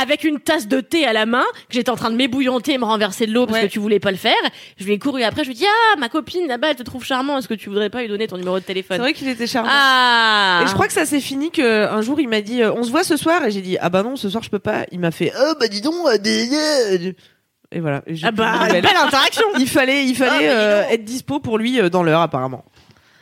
Speaker 3: avec une tasse de thé à la main que j'étais en train de m'ébouillanter et me renverser de l'eau parce
Speaker 2: Ouais.
Speaker 3: que tu voulais pas le faire. Je lui ai couru après. Je lui ai dit ah ma copine là-bas elle te trouve charmant. Est-ce que tu voudrais pas lui donner ton numéro de téléphone
Speaker 2: vrai qu'il était charmant.
Speaker 3: Ah.
Speaker 2: Et je crois que ça s'est fini que un jour il m'a dit euh, on se voit ce soir et j'ai dit ah bah non ce soir je peux pas il m'a fait ah bah dis donc euh, des- euh, et voilà Et j'ai
Speaker 3: Ah
Speaker 2: plus
Speaker 3: bah,
Speaker 2: de nouvelles.
Speaker 3: belle interaction.
Speaker 2: il fallait il
Speaker 3: Ah,
Speaker 2: fallait
Speaker 3: mais dis
Speaker 2: euh,
Speaker 3: donc.
Speaker 2: être dispo pour lui euh, dans l'heure apparemment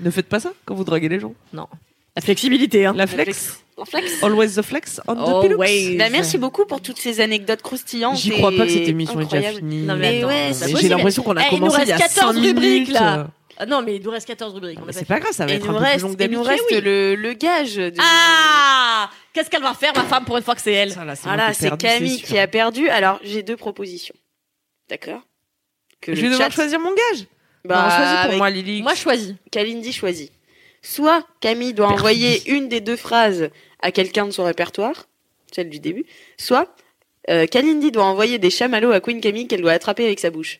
Speaker 2: ne faites pas ça quand vous draguez les gens
Speaker 3: Non. La flexibilité hein.
Speaker 2: la flex
Speaker 1: En flex.
Speaker 2: always the flex on the pillows
Speaker 3: Always.
Speaker 1: Bah, merci beaucoup pour toutes ces anecdotes croustillantes.
Speaker 2: j'y crois
Speaker 1: et
Speaker 2: pas que cette émission est déjà
Speaker 1: incroyables.
Speaker 2: finie
Speaker 3: Non,
Speaker 1: Mais
Speaker 3: attends,
Speaker 1: ouais, c'est
Speaker 3: non, mais
Speaker 2: Mais
Speaker 1: possible.
Speaker 2: j'ai l'impression qu'on a
Speaker 3: Eh, il nous
Speaker 2: commencé
Speaker 3: reste
Speaker 2: il y a
Speaker 3: 14
Speaker 2: cinq minutes
Speaker 3: rubriques, là.
Speaker 2: Euh,
Speaker 3: Ah non, mais il nous reste 14 rubriques. On
Speaker 2: mais
Speaker 3: a
Speaker 2: c'est
Speaker 3: pas
Speaker 2: pas grave ça va
Speaker 1: Et
Speaker 2: être
Speaker 1: nous
Speaker 2: un peu plus
Speaker 1: reste,
Speaker 2: long que
Speaker 1: et nous
Speaker 2: d'habitude
Speaker 1: reste
Speaker 2: Oui.
Speaker 1: le, le gage. De...
Speaker 3: Eh Ah Qu'est-ce qu'elle va faire, ma femme, pour une fois que c'est elle
Speaker 2: Ça, Ah là, c'est moi
Speaker 1: voilà,
Speaker 2: qui ai
Speaker 1: c'est
Speaker 2: perdu,
Speaker 1: Camille
Speaker 2: sûr.
Speaker 1: qui a perdu. Alors, j'ai deux propositions. D'accord Que
Speaker 2: je
Speaker 1: le
Speaker 2: vais devoir
Speaker 1: chat-
Speaker 2: choisir mon gage
Speaker 1: Bah,
Speaker 2: non choisis pour
Speaker 1: avec-
Speaker 2: moi Lily
Speaker 3: Moi, je choisis.
Speaker 1: Kalindi choisit. Soit Camille doit envoyer une des deux phrases à quelqu'un de son répertoire, celle du début, soit euh, Kalindi doit envoyer des chamallows à Queen Camille qu'elle doit attraper avec sa bouche.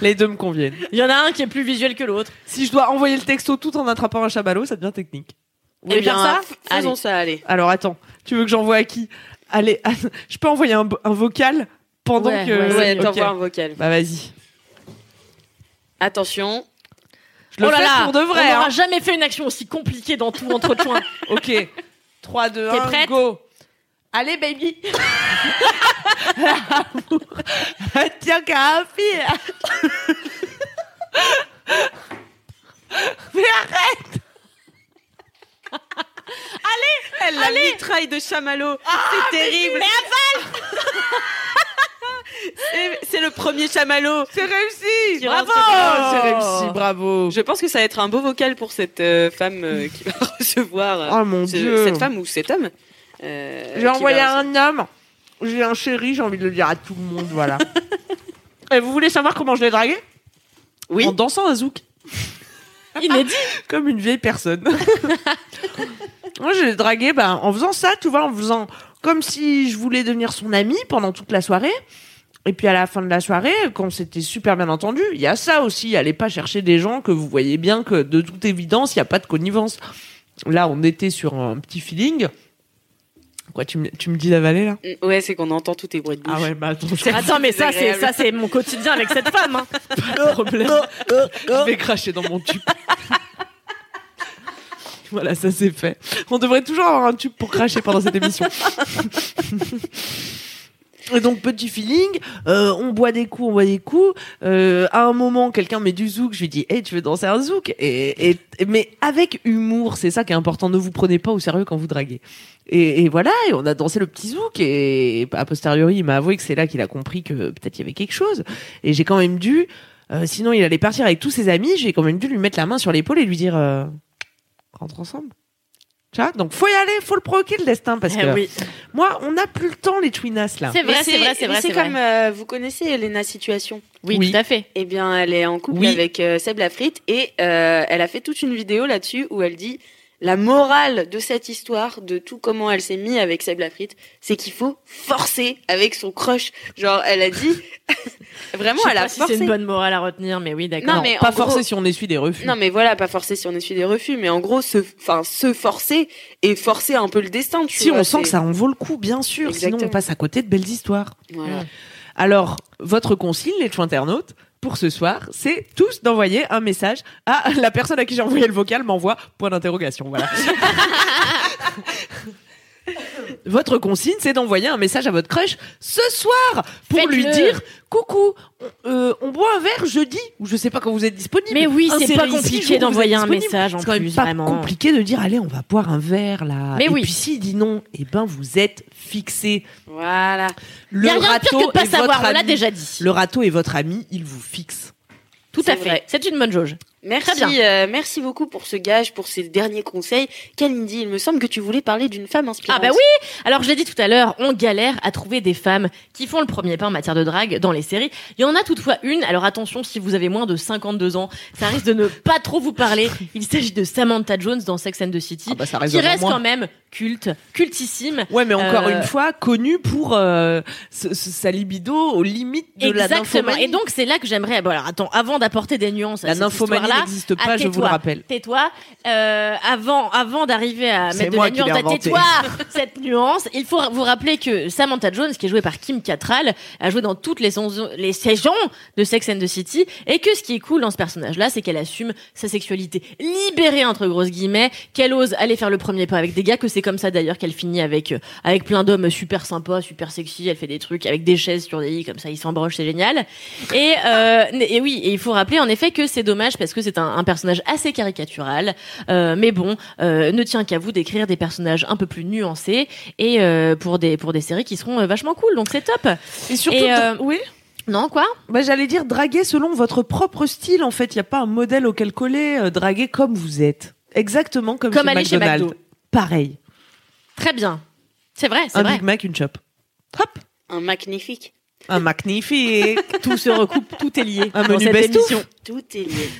Speaker 2: les deux me conviennent
Speaker 3: Il y en a un qui est plus visuel que l'autre.
Speaker 2: Si je dois envoyer le texto tout en attrapant un chamallow, ça devient technique.
Speaker 3: voulez faire ça
Speaker 1: f- faisons
Speaker 3: Ah, Allez.
Speaker 1: ça, allez.
Speaker 2: Alors attends, tu veux que j'envoie à qui Allez, je peux envoyer un, bo- un vocal pendant
Speaker 3: Ouais,
Speaker 2: que.
Speaker 3: ouais,
Speaker 1: Ouais,
Speaker 2: Ok.
Speaker 1: t'envoies un vocal.
Speaker 2: Bah vas-y.
Speaker 1: Attention.
Speaker 2: Je le
Speaker 3: oh là
Speaker 2: fais
Speaker 3: là,
Speaker 2: pour de vrai.
Speaker 3: on n'aura
Speaker 2: hein.
Speaker 3: jamais fait une action aussi compliquée dans tout entre joints.
Speaker 2: Ok. 3, 2,
Speaker 3: T'es
Speaker 2: 1,
Speaker 3: prête
Speaker 2: go.
Speaker 3: Allez, baby.
Speaker 2: Tiens, Carapi. Mais arrête
Speaker 1: Elle la mitraille de chamallow. c'est terrible. C'est- C'est le premier chamallow.
Speaker 2: C'est réussi
Speaker 1: Qui
Speaker 2: Bravo
Speaker 1: rentre,
Speaker 2: Oh, C'est réussi, bravo
Speaker 1: Je pense que ça va être un beau vocal pour cette euh, femme euh, qui va recevoir. euh,
Speaker 2: Oh mon
Speaker 1: ce-
Speaker 2: dieu
Speaker 1: Cette femme ou cet homme. euh, qui
Speaker 2: J'ai
Speaker 1: va
Speaker 2: envoyé
Speaker 1: recevoir-
Speaker 2: un homme, j'ai un chéri, j'ai envie de le dire à tout le monde, voilà. Et vous voulez savoir comment je l'ai dragué
Speaker 1: Oui.
Speaker 2: En dansant un zouk,
Speaker 3: Inédit.
Speaker 2: comme une vieille personne. Moi, je l'ai dragué ben, en faisant ça, tu vois, en faisant comme si je voulais devenir son ami pendant toute la soirée. Et puis à la fin de la soirée, quand c'était super bien entendu, il y a ça aussi, allez pas chercher des gens que vous voyez bien que de toute évidence, il n'y a pas de connivence. Là, on était sur un petit feeling. Quoi, tu me, tu me dis la vallée là
Speaker 1: Mm, Ouais, c'est qu'on entend tous tes bruits de bouche.
Speaker 2: Ah ouais, bah attends, je
Speaker 3: Attends, mais ça, c'est
Speaker 1: désagréable.
Speaker 3: ça, c'est mon quotidien avec cette femme. hein.
Speaker 2: pas de problème. je vais cracher dans mon tube. voilà, ça c'est fait. On devrait toujours avoir un tube pour cracher pendant cette émission. Et donc petit feeling, euh, on boit des coups, on boit des coups. Euh, à un moment, quelqu'un met du zouk, je lui dis, hey, tu veux danser un zouk et, et- mais avec humour, c'est ça qui est important. Ne vous prenez pas au sérieux quand vous draguez. Et, et voilà, et on a dansé le petit zouk et, et a posteriori, il m'a avoué que c'est là qu'il a compris que peut-être il y avait quelque chose. Et j'ai quand même dû, euh, sinon il allait partir avec tous ses amis, j'ai quand même dû lui mettre la main sur l'épaule et lui dire euh, rentre ensemble. Tu vois Donc faut y aller, faut le provoquer le destin parce
Speaker 3: Eh
Speaker 2: que
Speaker 3: oui.
Speaker 2: moi on n'a plus le temps les twinas là.
Speaker 3: C'est
Speaker 1: Mais
Speaker 3: vrai, c'est vrai, c'est
Speaker 1: mais
Speaker 3: vrai.
Speaker 1: C'est
Speaker 3: vrai.
Speaker 1: comme euh, vous connaissez Elena Situation.
Speaker 3: Oui,
Speaker 2: Oui.
Speaker 3: tout à fait.
Speaker 1: Eh bien, elle est en couple
Speaker 2: Oui.
Speaker 1: avec euh, Seb Lafrite et euh, elle a fait toute une vidéo là-dessus où elle dit la morale de cette histoire, de tout comment elle s'est mise avec Seb Lafrite, c'est qu'il faut forcer avec son crush. Genre, elle a dit vraiment,
Speaker 3: Je sais
Speaker 1: elle a
Speaker 3: pas si
Speaker 1: forcé.
Speaker 3: c'est une bonne morale à retenir, mais oui, d'accord.
Speaker 1: Non, mais
Speaker 2: pas
Speaker 1: en gros-
Speaker 2: forcé si on essuie des refus.
Speaker 1: Non mais voilà, pas forcer si on essuie des refus, mais en gros se, enfin se forcer et forcer un peu le destin. Tu
Speaker 2: si
Speaker 1: vois,
Speaker 2: on sent
Speaker 1: c'est-
Speaker 2: que ça en vaut le coup, bien sûr. Sinon
Speaker 1: Exactement.
Speaker 2: on passe à côté de belles histoires.
Speaker 1: Voilà.
Speaker 2: Alors votre consigne les chou internautes pour ce soir, c'est tous d'envoyer un message à la personne à qui j'ai envoyé le vocal m'envoie point d'interrogation. Voilà. votre consigne, c'est d'envoyer un message à votre crush ce soir pour
Speaker 3: Faites-le.
Speaker 2: lui dire coucou, on, euh, on boit un verre jeudi ou je sais pas quand vous êtes disponible. Hein,
Speaker 3: Mais oui, c'est
Speaker 2: Insérez
Speaker 3: pas
Speaker 2: ici, je
Speaker 3: compliqué
Speaker 2: vous
Speaker 3: d'envoyer
Speaker 2: êtes
Speaker 3: un
Speaker 2: disponible.
Speaker 3: message en
Speaker 2: C'est quand même
Speaker 3: plus,
Speaker 2: pas
Speaker 3: vraiment.
Speaker 2: compliqué de dire allez on va boire un verre là.
Speaker 3: Mais
Speaker 2: et
Speaker 3: oui.
Speaker 2: puis s'il dit non, et ben vous êtes fixé.
Speaker 1: Voilà.
Speaker 3: Il
Speaker 2: Le
Speaker 3: y a rien de pire
Speaker 2: râteau
Speaker 3: que de pas
Speaker 2: est votre
Speaker 3: savoir, on l'a
Speaker 2: ami.
Speaker 3: déjà dit.
Speaker 2: Le râteau est votre ami, il vous fixe.
Speaker 3: Tout
Speaker 1: C'est
Speaker 3: à fait.
Speaker 1: vrai.
Speaker 3: C'est une bonne jauge.
Speaker 1: Merci,
Speaker 3: Très
Speaker 1: euh, merci beaucoup pour ce gage, pour ces derniers conseils. Kalindi, il me semble que tu voulais parler d'une femme inspirante.
Speaker 3: Ah bah oui Alors je l'ai dit tout à l'heure, on galère à trouver des femmes qui font le premier pas en matière de drague dans les séries. Il y en a toutefois une, alors attention si vous avez moins de 52 ans, ça risque de ne pas trop vous parler. Il s'agit de Samantha Jones dans Sex and the City,
Speaker 2: Ah bah, ça
Speaker 3: qui
Speaker 2: résonne en
Speaker 3: reste
Speaker 2: moi.
Speaker 3: quand même culte, cultissime.
Speaker 2: Ouais, mais encore
Speaker 3: Euh,
Speaker 2: une fois, connu pour euh, ce- ce- sa libido aux limites de la
Speaker 3: Exactement.
Speaker 2: nymphomanie.
Speaker 3: Et donc c'est là que j'aimerais... Bon alors attends, avant d'apporter des nuances à
Speaker 2: la
Speaker 3: cette
Speaker 2: nymphomanie
Speaker 3: histoire-là,
Speaker 2: n'existe
Speaker 3: Ah,
Speaker 2: pas, je vous le
Speaker 3: tais-toi.
Speaker 2: rappelle.
Speaker 3: Tais-toi. Euh, avant, avant d'arriver à
Speaker 2: C'est
Speaker 3: mettre de
Speaker 2: moi
Speaker 3: la
Speaker 2: qui l'ai
Speaker 3: nuance, à
Speaker 2: inventé.
Speaker 3: tais-toi cette nuance. Il faut vous rappeler que Samantha Jones, qui est jouée par Kim Cattrall, a joué dans toutes les, saisons- les saisons de Sex and the City, et que ce qui est cool dans ce personnage-là, c'est qu'elle assume sa sexualité libérée entre grosses guillemets, qu'elle ose aller faire le premier pas avec des gars, que c'est comme ça d'ailleurs qu'elle finit avec euh, avec plein d'hommes super sympas, super sexy. Elle fait des trucs avec des chaises sur des lits comme ça, ils s'embrochent, c'est génial. Et, euh, et oui, et il faut rappeler en effet que c'est dommage parce que c'est un, un personnage assez caricatural. Euh, mais bon, euh, ne tient qu'à vous d'écrire des personnages un peu plus nuancés et euh, pour des pour des séries qui seront euh, vachement cool. Donc c'est top.
Speaker 2: Et surtout,
Speaker 3: Et, euh,
Speaker 2: oui.
Speaker 3: Non quoi
Speaker 2: Bah, j'allais dire draguer selon votre propre style. En fait, il n'y a pas un modèle auquel coller. euh, draguer comme vous êtes, exactement comme,
Speaker 3: Comme
Speaker 2: chez
Speaker 3: aller chez
Speaker 2: McDonald's.
Speaker 3: McDo.
Speaker 2: Pareil.
Speaker 3: Très bien. C'est vrai, c'est
Speaker 2: Un
Speaker 3: vrai.
Speaker 2: Big Mac, une chope. Hop.
Speaker 1: Un magnifique.
Speaker 2: Un magnifique.
Speaker 3: Tout se recoupe, tout est lié
Speaker 2: Un
Speaker 3: dans
Speaker 2: menu
Speaker 3: cette
Speaker 2: best-of.
Speaker 3: émission.
Speaker 1: Tout est lié.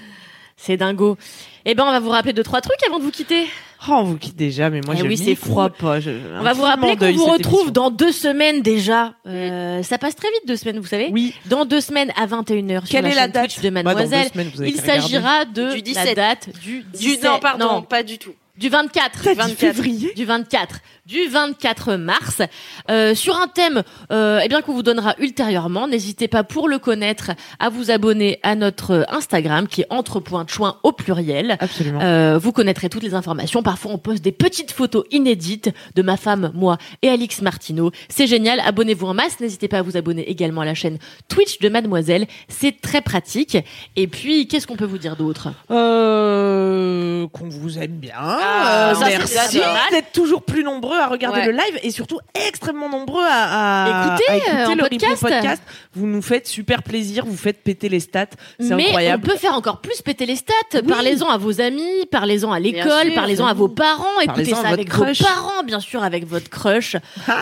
Speaker 3: C'est dingo. Eh ben, on va vous rappeler deux trois trucs avant de vous quitter.
Speaker 2: oh, on vous quitte déjà, mais moi
Speaker 3: Eh
Speaker 2: j'ai
Speaker 3: oui,
Speaker 2: mis
Speaker 3: c'est
Speaker 2: froid. Pas.
Speaker 3: On va vous rappeler qu'on vous retrouve dans deux semaines déjà. Euh, ça passe très vite deux semaines, vous savez.
Speaker 2: Oui.
Speaker 3: Dans deux semaines à 21h sur
Speaker 2: Quelle
Speaker 3: la
Speaker 2: est la
Speaker 3: chaîne
Speaker 2: date
Speaker 3: Twitch de
Speaker 2: Bah, dans deux
Speaker 3: Mademoiselle.
Speaker 2: semaines, vous avez
Speaker 3: Il
Speaker 2: qu'à regarder.
Speaker 3: s'agira de
Speaker 1: Du
Speaker 3: la
Speaker 1: 17.
Speaker 3: date du 17.
Speaker 1: Du, non, pardon, pas du tout.
Speaker 3: Du 24,
Speaker 2: T'as dit
Speaker 3: 24,
Speaker 2: février
Speaker 3: du 24, du 24 mars, euh, sur un thème euh, eh bien qu'on vous donnera ultérieurement. N'hésitez pas pour le connaître à vous abonner à notre Instagram qui est entre.choin au pluriel.
Speaker 2: Absolument.
Speaker 3: Euh, vous connaîtrez toutes les informations. Parfois, on poste des petites photos inédites de ma femme, moi et Alix Martineau. C'est génial. Abonnez-vous en masse. N'hésitez pas à vous abonner également à la chaîne Twitch de Mademoiselle. C'est très pratique. Et puis, qu'est-ce qu'on peut vous dire d'autre
Speaker 2: Euh, qu'on vous aime bien.
Speaker 1: Ah,
Speaker 2: Euh,
Speaker 3: ça, c'est déjà
Speaker 2: merci
Speaker 3: pas mal.
Speaker 2: d'être toujours plus nombreux à regarder
Speaker 1: Ouais.
Speaker 2: le live et surtout extrêmement nombreux à, à-
Speaker 3: Écoutez,
Speaker 2: à
Speaker 3: euh, en
Speaker 2: le replay
Speaker 3: podcast.
Speaker 2: Vous nous faites super plaisir, vous faites péter les stats. C'est
Speaker 3: Mais
Speaker 2: incroyable.
Speaker 3: on peut faire encore plus péter les stats. Parlez-en à vos amis, parlez-en à
Speaker 1: Bien
Speaker 3: l'école,
Speaker 1: sûr.
Speaker 3: parlez-en à vos parents. Écoutez
Speaker 2: Parlez-en à
Speaker 3: ça
Speaker 2: votre
Speaker 3: avec
Speaker 2: crush. Ah.
Speaker 3: vos parents, bien sûr, avec votre crush.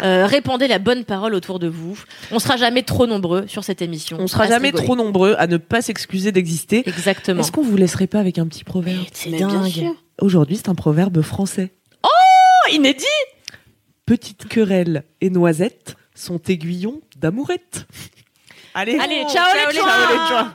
Speaker 3: Euh, répandez la bonne parole autour de vous. On sera jamais trop nombreux sur cette émission.
Speaker 2: On sera
Speaker 3: À se
Speaker 2: jamais
Speaker 3: rigoler.
Speaker 2: trop nombreux à ne pas s'excuser d'exister.
Speaker 3: Exactement.
Speaker 2: Est-ce qu'on vous laisserait pas avec un petit proverbe
Speaker 3: C'est
Speaker 1: Mais bien sûr.
Speaker 2: Aujourd'hui, c'est un proverbe français.
Speaker 3: inédit.
Speaker 2: Petite querelle et noisette sont aiguillons d'amourette. Allez,
Speaker 3: Allez, ciao, les
Speaker 2: ciao
Speaker 3: joints.
Speaker 2: les joints.